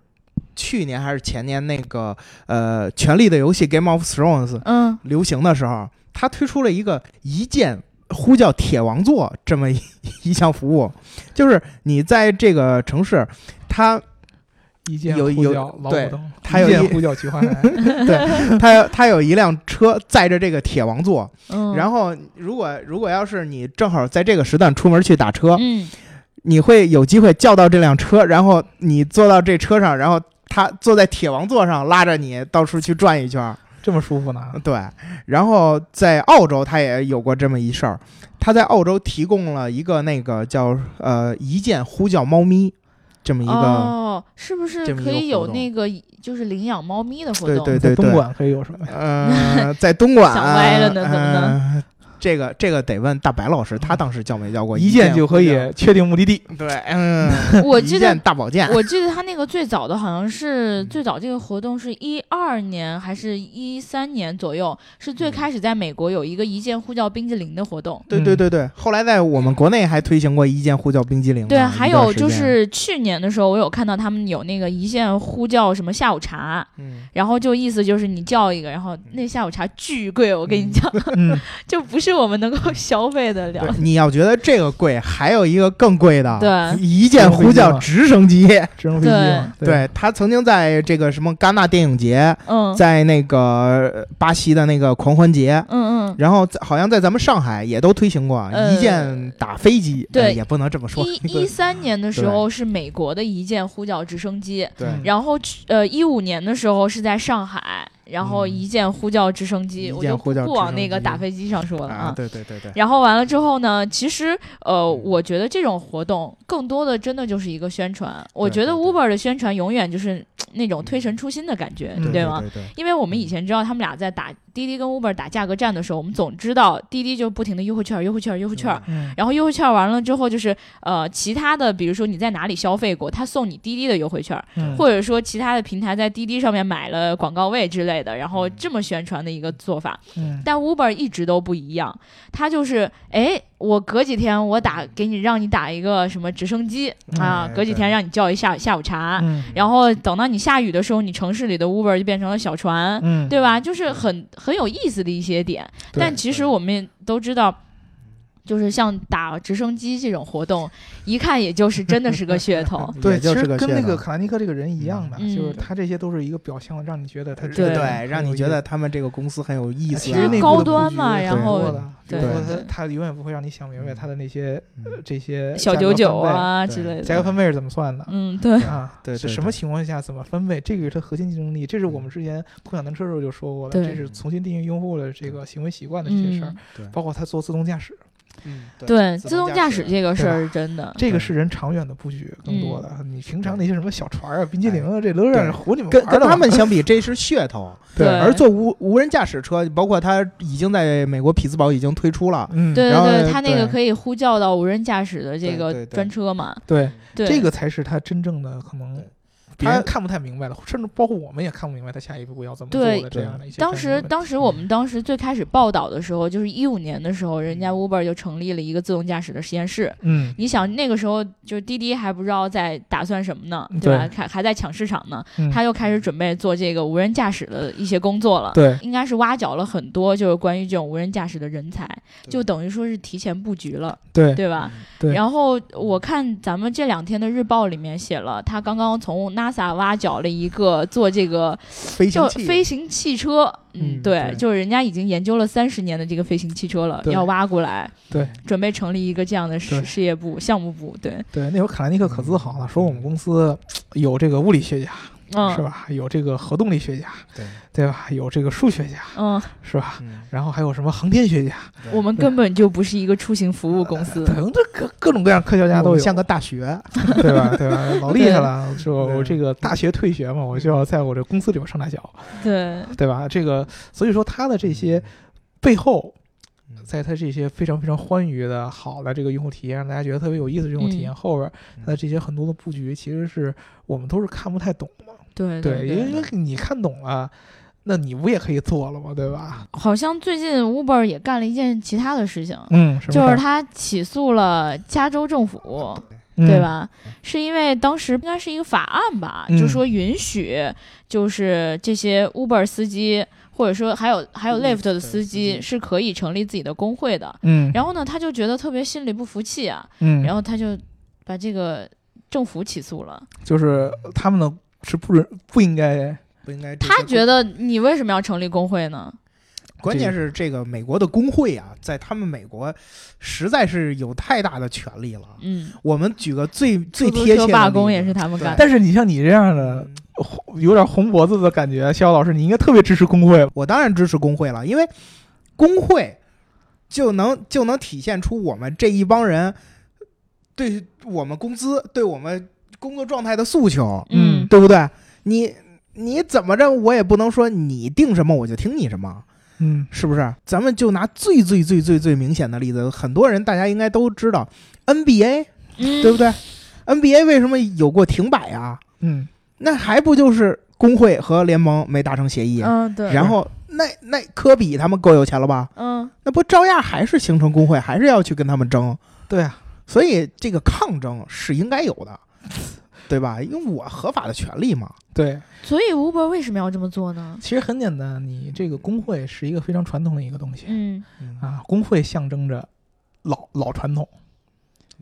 C: 去年还是前年那个呃《权力的游戏》（Game of Thrones）
A: 嗯，
C: 流行的时候，它推出了一个一键呼叫铁王座这么一 一项服务，就是你在这个城市， 它
B: 一键
C: 有
B: 呼
C: 有
B: 叫老
C: 对
B: 虎灯，
C: 它
B: 一
C: 有
B: 键
C: 一
B: 呼叫 菊花台。
C: 对它它有一辆车载着这个铁王座，
A: 嗯
C: 然后如果如果要是你正好在这个时段出门去打车，
A: 嗯，
C: 你会有机会叫到这辆车，然后你坐到这车上，然后他坐在铁王座上拉着你到处去转一圈儿。
B: 这么舒服呢？
C: 对，然后在澳洲他也有过这么一事儿，他在澳洲提供了一个那个叫呃一键呼叫猫咪这么一个，
A: 哦，是不是
C: 这么一
A: 可
C: 个
A: 以
C: 活
A: 有
C: 动
A: 那个就是领养猫咪的活
C: 对
A: 动？
C: 对
B: 在东莞可以有什么呀？
C: 呃，在东 莞
A: 想歪了呢怎么
C: 呃这个这个得问大白老师，他当时叫没叫过
B: 一
C: 键
B: 键就可
C: 呼叫
B: 以确定目的地。
C: 对，嗯，
A: 我
C: 一
A: 记得
C: 键大保 健，
A: 我记得他那个最早的好像
C: 嗯
A: 是最早这个活动是一二年还是一三年左右，是
C: 嗯
A: 最开始在美国有一个一键呼叫冰激凌的活动。
C: 对
B: 嗯
C: 对对对，后来在我们国内还推行过一键呼叫冰激凌呢。啊
A: 对，
C: 嗯一段
A: 还有
C: 时
A: 就
C: 间，
A: 是去年的时候，我有看到他们有那个一键呼叫什么下午茶，
C: 嗯，
A: 然后就意思就是你叫一个，然后那下午茶巨贵，我跟你讲，
B: 嗯，
A: 就不是我们能够 消费得了。
C: 对，你要觉得这个贵，还有一个更贵的，
A: 对
C: 一键呼叫直 升机。
B: 直升飞机嘛。
C: 对他曾经在这个什么戛纳电影节，
A: 嗯
C: 在那个巴西的那个狂欢节，
A: 嗯嗯，
C: 然后在好像在咱们上海也都推行过
A: 呃
C: 一键打飞机，
A: 对
C: 呃也不能这么说，
A: 一一三年的时候是美国的一键呼叫直升机，
C: 对
B: 嗯
A: 然后去呃一五年的时候是在上海，然后
C: 嗯
A: 一键呼叫直升机，
C: 一
A: 我
C: 键
A: 就
C: 呼叫
A: 不
C: 直
A: 往
C: 升
A: 那个
C: 机
A: 打飞机上说了
C: 啊，对对对对，
A: 然后完了之后呢，其实呃，
C: 嗯
A: 我觉得这种活动更多的真的就是一个宣传。我
C: 对
A: 觉得
C: 对对
A: Uber 的宣传永远就是嘖那种推陈出新的感觉，
B: 嗯
A: 对
C: 对
A: 吗？
C: 对对，
A: 因为我们以前知道他们俩在打滴滴跟 Uber 打价格战的时候，我们总知道滴滴就不停的优惠券、优惠券、优惠券，
B: 嗯，
A: 然后优惠券完了之后，就是呃，其他的，比如说你在哪里消费过，他送你滴滴的优惠券，
B: 嗯
A: 或者说其他的平台在滴滴上面买了广告位之类的，然后这么宣传的一个做法。
B: 嗯
A: 但 Uber 一直都不一样，它就是哎，我隔几天我打给你，让你打一个什么直升机啊
C: 哎，
A: 隔几天
C: 对
A: 让你叫一下下午茶，
B: 嗯
A: 然后等到你下雨的时候，你城市里的 Uber 就变成了小船，
B: 嗯，
A: 对吧？就是很很有意思的一些点。
B: 对
A: 但其实
C: 对。
A: 我们也都知道，就是像打直升机这种活动，一看也就是真的是个噱头
B: 对，
C: 嗯也就
B: 其
C: 是
B: 实
C: 个
B: 跟那
C: 噱
B: 个
C: 头
B: 卡兰尼克这个人一样的，
A: 嗯
B: 就是他这些都是一个表象，让你觉得他
A: 对
C: 对，让你觉得他们这个公司很有意思
B: 其
C: 啊，
B: 实
A: 是
B: 内部
A: 高
B: 的布
A: 端
B: 局
A: 嘛
B: 是
A: 然
B: 很多
C: 后
B: 的
A: 对
B: 比如
A: 对
B: 说
A: 对
B: 他他永远不会让你想明白他的那些呃
C: 嗯
B: 这些
A: 小
B: 价
A: 九
B: 格
A: 九
B: 分配，
A: 啊
C: 对
A: 之类
B: 价格
A: 的，
B: 分配是怎么算的？
A: 嗯，对，
B: 啊，
C: 对
B: 是
C: 对
B: 什
C: 对嗯
B: 么情况下怎么分配？这个是它核心竞争力，这是我们之前共享单车时候就说过的，
A: 对
B: 这是重新定义用户的这个行为习惯的这些事儿
A: 嗯，，
C: 对
B: 包括他做自动驾驶，
C: 嗯对
A: 对，
C: 自
A: 自
C: 动
A: 动
C: 驾
A: 驾
C: 驶
A: 驶这个事
B: 对吧啊
A: 儿是真的，
B: 这个是人长远的布局更多的。
A: 嗯
B: 你平常那些什么小船啊、冰激凌啊，这都
C: 对
B: 是唬你们
C: 跟
B: 玩
C: 跟
B: 的吧。
C: 他们相比，这是 噱头。
A: 对
C: 而做无无人驾驶车，包括它已经在美国匹兹堡已经推出了。
B: 嗯，
A: 对
C: 然后
A: 对
C: 呢
A: 对，它那个
C: 对
A: 可以呼叫到无人驾驶的这
C: 对
A: 个
C: 对对
A: 专车嘛，
B: 对，
A: 对，
B: 这个才是他真正的可能
C: 对，
B: 别
C: 他
B: 人看不太明白了，甚至包括我们也看不明白他下一步要怎么做
A: 对
B: 的这样的一些
A: 当
B: 战略问题。
A: 时，当时我们当时最开始报道的时候，就是一五年的时候，人家 Uber 就成立了一个自动驾驶的实验室。
B: 嗯，
A: 你想那个时候，就是滴滴还不知道在打算什么呢，对吧？还还在抢市场呢，
B: 嗯
A: 他又开始准备做这个无人驾驶的一些工作了。
B: 对
A: 应该是挖角了很多就是关于这种无人驾驶的人才，
C: 对
A: 就等于说是提前布局了，
B: 对
A: 对吧？
B: 对
A: 然后我看咱们这两天的日报里面写了，他刚刚从 NASA 挖角了一个做这个
C: 飞行
A: 叫
C: 器，
A: 飞行汽车，嗯，
B: 嗯
A: 对，
C: 对
A: 就是人家已经研究了三十年的这个飞行汽车了，
B: 对
A: 要挖过来，
B: 对
A: 准备成立一个这样的事
B: 对
A: 事业部、项目部，对，
B: 嗯对，那会儿卡兰尼克可自豪了，说我们公司有这个物理学家，
A: 嗯，
B: 是？吧？有这个核动力学家，
C: 对，
B: 对吧？有这个数学家，
A: 嗯，
B: 是吧？
C: 嗯，
B: 然后还有什么航天学家，
A: 我们根本就不是一个出行服务公司。
B: 等这各各种各样科学家都
C: 我
B: 有，
C: 像个大 学，
B: 对吧？对吧？老厉害了，就我
C: 对
B: 这个大学退学嘛，我就要在我这公司里边上大学，
A: 对，
B: 对吧？这个，所以说他的这些背后
C: 嗯，
B: 在他这些非常非常欢愉的好的这个用户体验，让大家觉得特别有意思的用户体验、
A: 嗯
B: 后边，他的这些很多的布局，其实是我们都是看不太懂的。
A: 对
B: 对，
A: 对
B: 因为你看懂了，那你不也可以做了嘛，对吧？
A: 好像最近 Uber 也干了一件其他的事情，
B: 嗯，什么
A: 就是
B: 事儿
A: 他起诉了加州政府，
B: 嗯
A: 对吧？是因为当时应该是一个法案吧，
B: 嗯
A: 就说允许就是这些 Uber 司机，或者说还有还有
C: Lyft
A: Lyft 的
C: 司
A: 司
C: 机
A: 机是可以成立自己的工会的。
B: 嗯，
A: 然后呢，他就觉得特别心里不服气啊，
B: 嗯，
A: 然后他就把这个政府起诉了。
B: 就是他们呢是不准不应该，
C: 不应该这些
A: 他
C: 公。
A: 觉得你为什么要成立工会呢？
C: 关键是这个美国的工会啊，在他们美国实在是有太大的权利了。
A: 嗯，
C: 我们举个最最
A: 出租
C: 贴切
A: 车
C: 的
A: 罢
C: 例
A: 工
C: 子
A: 也是他们
C: 对
A: 干的。
B: 但是你像你这样的
C: 嗯
B: 有点红脖子的感觉，逍遥老师，你应该特别支持工会吧。
C: 我当然支持工会了，因为工会就能就能体现出我们这一帮人对我们工资、对我们工作状态的诉求，
A: 嗯
C: 对不对？你你怎么着，我也不能说你定什么我就听你什么。
B: 嗯
C: 是不是？咱们就拿最最最最最明显的例子，很多人大家应该都知道，NBA
A: 嗯，
C: 对不对、n b a 为什么有过停摆啊？
B: 嗯，
C: 那还不就是工会和联盟没达成协议？
A: 嗯，对。
C: 然后那那科比他们够有钱了吧？
A: 嗯，
C: 那不照样还是形成工会，还是要去跟他们争？
B: 对啊，
C: 所以这个抗争是应该有的，对吧？因为我合法的权利嘛。
B: 对，
A: 所以 Uber 为什么要这么做呢？
B: 其实很简单，你这个工会是一个非常传统的一个东西、
A: 嗯
C: 嗯，
B: 啊，工会象征着老老传统，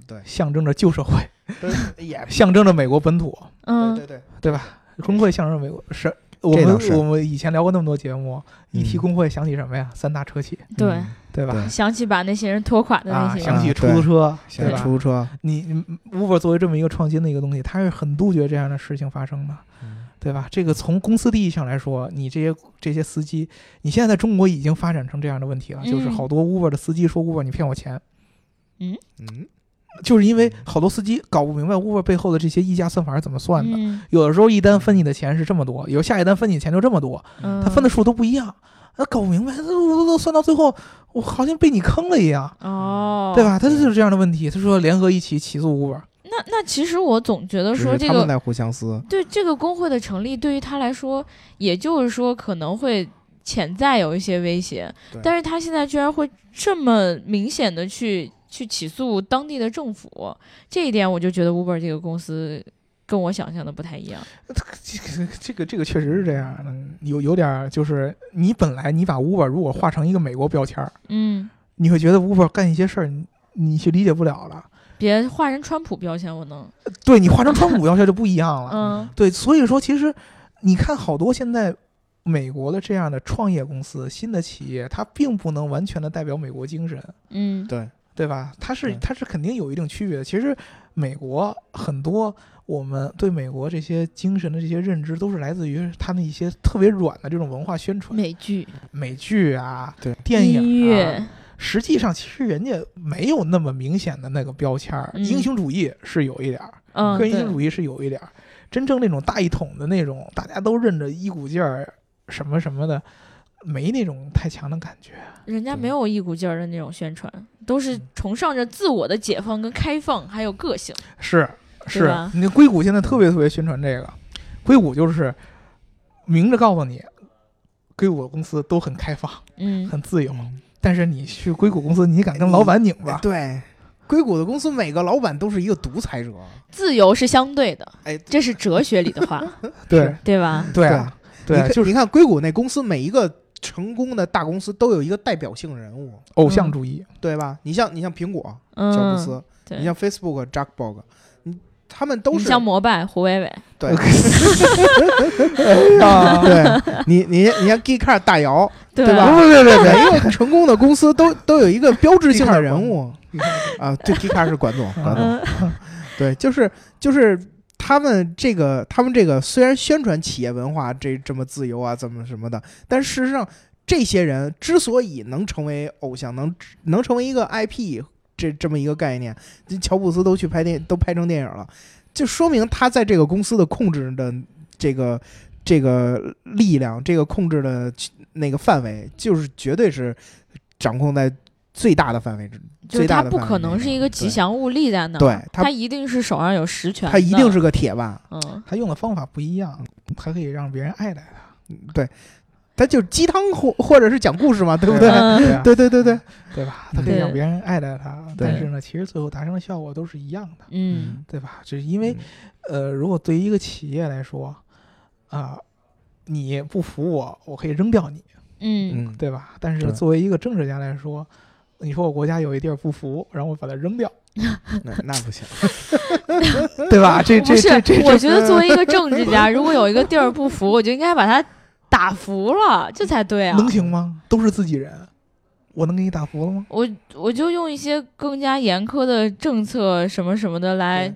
C: 对，
B: 象征着旧社会，
C: 对，也
B: 象征着美国本土，
A: 嗯，
C: 对对，
B: 对吧？工会象征着美国是。我
C: 这倒
B: 们
C: 是
B: 我们以前聊过那么多节目，一提
C: 嗯
B: 工会想起什么呀？三大车企，
A: 对，
B: 对吧？
C: 对
A: 想起把那些人拖垮的那
B: 啊，
A: 些
B: 想
A: 人，嗯
B: 起
C: 啊
B: 出租
C: 对
B: 车，
C: 现
B: 对
C: 在
B: 吧？
C: 出租车，
B: 你嗯 Uber 作为这么一个创新的一个东西，它是很杜绝这样的事情发生的，对吧？这个从公司利益上来说，你这些这些司机，你现在在中国已经发展成这样的问题了，就是
A: 嗯
B: 好多 Uber 的司机说 Uber 你骗我钱，
C: 嗯，
B: 就是因为好多司机搞不明白 Uber 背后的这些溢价算法是怎么算的。
A: 嗯
B: 有的时候一单分你的钱是这么多，有下一单分你的钱就这么多，
A: 嗯，
B: 他分的数都不一样，那搞不明白，都都算到最后，我好像被你坑了一样，
A: 哦，
B: 对？吧？他就是这样的问题。他说联合一起起诉 Uber，
A: 那那其实我总觉得
C: 只
A: 说
C: 是
A: 这
C: 他们
A: 个
C: 在互相撕，
A: 对这个工会的成立，对于他来说，也就是说可能会潜在有一些威胁
C: 对，
A: 但是他现在居然会这么明显的去去起诉当地的政府，这一点我就觉得 Uber 这个公司跟我想象的不太一样。
B: 这个这个这个确实是这样的，有有点儿就是你本来你把 Uber 如果画成一个美国标签儿，
A: 嗯，
B: 你会觉得 Uber 干一些事儿你你去理解不了了，
A: 别画人川普标签，我能，
B: 对你画成川普要求就不一样了。
A: 嗯
B: 对，所以说其实你看好多现在美国的这样的创业公司、新的企业，它并不能完全的代表美国精神，
A: 嗯
C: 对，
B: 对吧？它是
C: 对
B: 它是肯定有一定区别的。其实美国很多我们对美国这些精神的这些认知，都是来自于他们一些特别软的这种文化宣传，
A: 美剧、
B: 美剧啊，
C: 对
B: 电影、
A: 嗯
B: 啊、
A: 音乐，
B: 实际上其实人家没有那么明显的那个标签儿，
A: 嗯
B: 英雄主义是有一点儿，
A: 嗯，
B: 个人
A: 对
B: 英雄主义是有一点儿，真正那种大一统的那种，大家都认着一股劲儿什么什么的，没那种太强的感觉。
A: 人家
C: 对嗯
A: 没有一股劲儿的那种宣传，都是崇尚着自我的解放跟开放，还有个性。
B: 是
A: 对
B: 是嗯
A: 吧，
B: 你硅谷现在特别特别宣传这个，硅谷就是明着告诉你，硅谷的公司都很开放、
A: 嗯，
B: 很自由，但是你去硅谷公司，你敢跟老板拧吧？
C: 哎对，硅谷的公司每个老板都是一个独裁者。
A: 自由是相对的，
C: 哎
A: 这是哲学里的 话，
B: 对
A: 对吧？
B: 对啊，对
C: 你
B: 啊，
C: 看
B: 就是
C: 你看硅谷那公司，每一个成功的大公司都有一个代表性人物，
B: 偶像主义。
C: 对吧？你像你像苹果
A: 嗯，
C: 乔布斯，
A: 对，
C: 你像 Facebook Jack Bog，你他们都
A: 你
C: 是
A: 像摩拜胡伟伟，
C: 对
B: 啊，
C: 对，你你你像 Geekcar 大 姚，
A: 对
C: 对吧？
B: 不
C: 对对 对，因为成功的公司都都有一个标志性的人物
B: Geekcar
C: 啊，对，Geekcar 是管总，管总
A: 嗯，
C: 对，就是就是他们这个，他们这个虽然宣传企业文化这这么自由啊，怎么什么的，但事实上，这些人之所以能成为偶像，能能成为一个 IP 这这么一个概念，这乔布斯都去拍电，都拍成电影了，就说明他在这个公司的控制的这个这个力量，这个控制的那个范围，就是绝对是掌控在最大的范围之
A: 就是
C: 最大
A: 他
C: 的
A: 不
C: 范
A: 可
C: 围
A: 能
C: 内
A: 是一
C: 的
A: 个吉
C: 对
A: 祥物立在那儿，
C: 对
A: 他
C: 他
A: 一定是手上有实权的，
C: 他一定是个铁腕，
A: 嗯，
B: 他用的方法不一样，还可以让别人爱戴他，
C: 他就是鸡汤或或者是讲故事嘛，对不对？
A: 嗯
B: 对啊
C: 对对对对，
B: 对吧？他可以
A: 对
B: 让别人爱戴他，但
C: 对
B: 是呢，其实最后达成的效果都是一样的，
A: 嗯，
B: 对吧？就是因为呃，如果对于一个企业来说，啊、你不服我，我可以扔掉你，
A: 嗯
C: 嗯，
B: 对吧？但是
C: 对
B: 作为一个政治家来说，你说我国家有一地儿不服，然后我把它扔掉，
C: 那那不行，
B: 对吧？这
A: 不
B: 这
A: 是
B: 这这，，
A: 我觉得作为一 个政治家，如果有一个地儿不服，我就应该把他打服了，这才对啊。
B: 能行吗？都是自己人，我能给你打服了吗？
A: 我我就用一些更加严苛的政策什么什么的来，、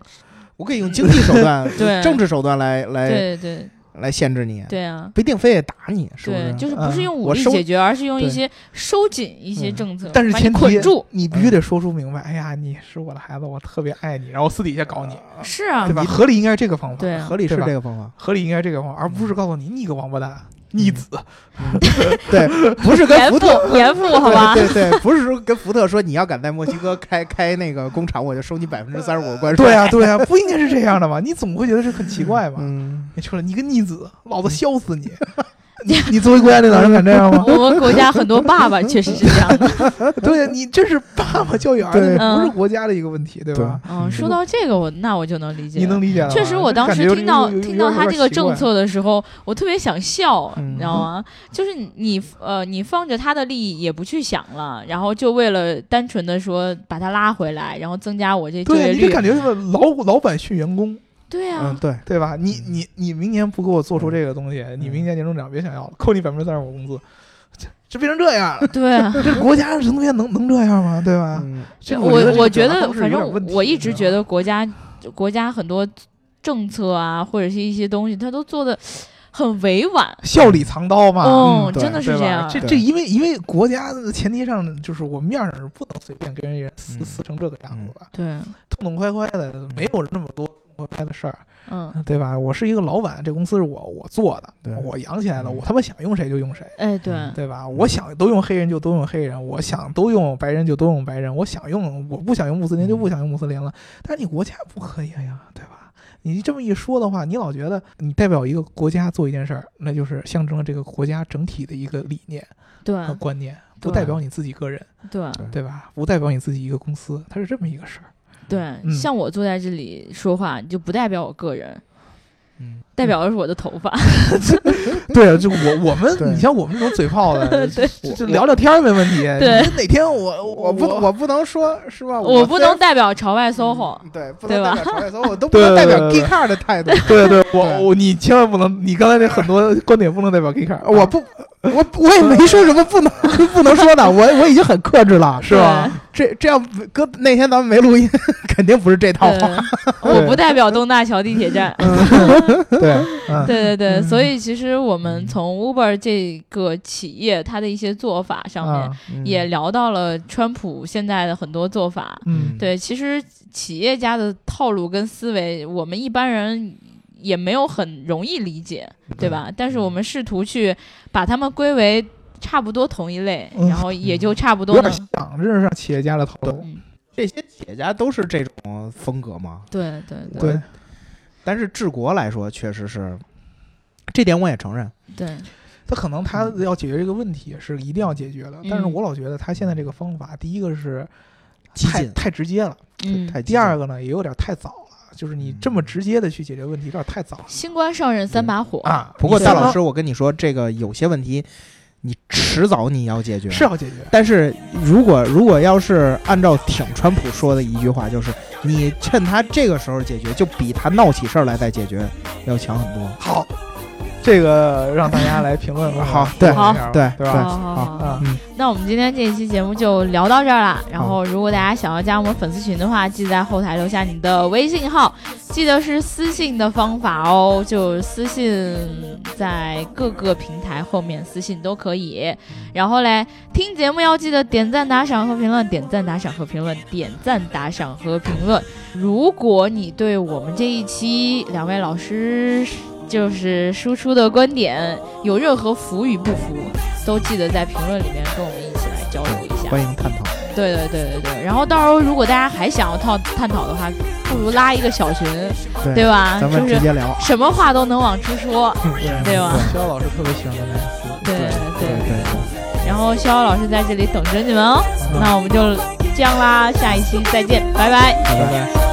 C: 我可以用经济手段 呃
A: 对
C: 政治手段来来
A: 对对
C: 来限制你，
A: 对啊，
C: 不一定非得打你，是不
A: 对，
C: 是？
A: 就是不
B: 嗯
A: 是用武
C: 我
A: 力
C: 收
A: 解决，而是用一
B: 对
A: 些收紧一些
C: 嗯
A: 政策，
B: 但是
A: 把你
B: 前提
A: 捆住。嗯
B: 你必须得说出明白。哎呀，你是我的孩子，我特别爱你，然后私底下搞你，
A: 是啊
B: 对，吧？合理应该是这个方法，
A: 对嗯啊
C: 合理是
B: 对吧
C: 这 个方法，
B: 合理应该是这个方法，而不是告诉你你个王八蛋、
A: 嗯
B: 逆子。
C: 对，不是跟
A: 严父
C: 福特。
A: 严父，好吧？
C: 对对对，不是说跟福特说你要敢在墨西哥开开那个工厂，我就收你百分之三十五关税。
B: 对啊，对啊，不应该是这样的吗？你总会觉得是很奇怪吧？
C: 嗯，
B: 你出来，你个逆子，
A: 嗯
B: 老子削 死你！你你作为国家领导人敢这样吗？
A: 我们国家很多爸爸确实是这 样的。
B: 对啊，你这是爸爸教育儿
C: 对
B: 子，不是
A: 嗯
B: 国家的一个问题，对吧？
A: 嗯，说到这个，我那我就能理解
B: 你
A: 了。
B: 能理解了吗？
A: 确实，我当时
B: 就嗯感觉
A: 听到
B: 有有有
A: 听到他这个政策的时候，我特别想笑，
C: 嗯
A: 你知道吗？就是你呃，你放着他的利益也不去想了，然后就为了单纯的说把他拉回来，然后增加我这就
B: 有点
A: 业
B: 有点奇怪对你就
A: 率。
B: 感觉是老老板训员工，
A: 对
C: 嗯，
A: 啊，
C: 对，
B: 对吧？你
C: 嗯
B: 你你明年不给我做出这个东西，你明年年终奖别想要了，扣你百分之三十五工资，这这变成这样 了，
A: 对啊。
B: 这国家人员能能这样吗？对吧？
C: 嗯
B: 这个
A: 我
B: 我
A: 觉得，反
B: 反
A: 正我一直觉得国家国家很多政策啊，或者是一些东西，他都做的很委婉。
B: 笑里藏刀嘛。
A: 哦，
C: 嗯对
A: 真的是
B: 对
A: 这
B: 吧
A: 样？。
B: 这
C: 对
B: 这因为因为国家的前提上就是我面儿是不能随便跟人撕
C: 嗯
B: 撕成这个样子的，
A: 对，
B: 痛痛快快的，没有那么多痛痛快快的事儿，
A: 嗯，
B: 对吧？我是一个老板，这公司是我我做
C: 对
B: 的，我养起来的，
C: 嗯
B: 我他妈想用谁就用谁，
A: 哎，对，
C: 嗯
B: 对吧？我想都用黑人就都用黑人，我想都用白人就都用白人，我想用我不想用穆斯林就不想用穆斯林了。但是你国家不可以呀，对吧？你这么一说的话，你老觉得你代表一个国家做一件事儿，那就是象征了这个国家整体的一个理念
A: 对，
B: 和观念，
A: 嗯对
B: 不代表你自己个人，
A: 对，
B: 对吧？不代表你自己一个公司，它是这么一个事儿。
A: 对，
B: 嗯
A: 像我坐在这里说话，就不代表我个人，
C: 嗯，
A: 代表的是我的头发。
B: 对啊，就我我们，
C: 对
B: 你像我们这种嘴炮的，
A: 对
B: 就就聊聊天儿没问题。
A: 对
B: 你哪天我
C: 我不我不能说是吧？
A: 我不
C: 虽然
A: 能代表朝外 SOHO。
C: 对，不
A: 对
C: 能
A: 吧
C: 代表朝鲜，所以我都不能
B: 对
C: 代
B: 对
C: 表
B: 对
C: gay car 的态度。
B: 对对，我我你千万不能，你刚才那很多观点不能代表 K 卡，
A: 啊
C: 我不，我我也没说什么不能 不能说的，我我已经很克制了，
B: 是吧？
C: 这这样哥那天咱们没录音， 肯定不是
B: 嗯
C: 这套
A: 对
C: 话。，
A: 我不代表东大桥地铁站。
B: 对，
A: 对
B: 嗯，
A: 对对，
B: 嗯
A: 所以其实我们从 Uber 这个企业它的一些做法上面，
B: 啊
A: 也聊到了川普现在的很多做法。
B: 嗯，
A: 对，其实企业家的套路跟思维，我们一般人也没有很容易理解，
C: 嗯
B: 嗯
A: 对吧？但是我们试图去把他们归为差不多同一类，
B: 嗯
A: 然后也就差不
B: 有
A: 多
B: 点
A: 能。
B: 像，真是像企业家的套路。
A: 嗯，
C: 这些企业家都是这种风格嘛。
A: 对对对
B: 对，
C: 但是治国来说，确实是这点我也承认。
A: 对，
B: 他可能他要解决这个问题是一定要解决的，但是
A: 嗯
B: 我老觉得他现在这个方法，第一个是
C: 激
B: 太
C: 进
B: 太直接了，
A: 嗯，
C: 太激
B: 第
C: 进
B: 二
C: 了
B: 个呢也有点太早了，就是你这么直接的去解决问题有点太早了
A: 新官上任三把火，
B: 啊。
C: 不过
B: 你
C: 大
B: 说
C: 老师，我跟你说，这个有些问题你迟早你要解决。
B: 是要解决，
C: 但是如果如果要是按照挺川普说的一句话，就是你趁他这个时候解决，就比他闹起事儿来再解决要强很多。
B: 好，这个让大家来评论 一下。
C: 好
B: 对
A: 好
C: 对
B: 对
A: 好
B: 吧？
A: 好好好
B: 啊，
A: 那我们今天这一期节目就聊到这儿啦。然后，如果大家想要加我们粉丝群的话，记得在后台留下你的微信号，记得是私信的方法哦，就私信在各个平台后面私信都可以。然后嘞，听节目要记得点赞、打赏和评论，点赞、打赏和评论，点赞、打赏和评论。如果你对我们这一期两位老师就是输出的观点有任何服与不服，都记得在评论里面跟我们一起来交流一下。
C: 欢迎探讨。
A: 对对对对对。然后到时候如果大家还想要探探讨的话，不如拉一个小群，
C: 对
A: 对吧？
C: 咱们
A: 就
C: 直
A: 是
C: 接聊，
A: 什么话都能往出说。
B: 嗯
A: 对吧
B: 肖老师特别喜欢跟大家说
A: 对
C: 对
A: 对。
C: 对。
A: 然后逍遥老师在这里等着你们哦。
B: 嗯
A: 那我们就这样啦，下一期再见，拜拜。
B: 拜拜。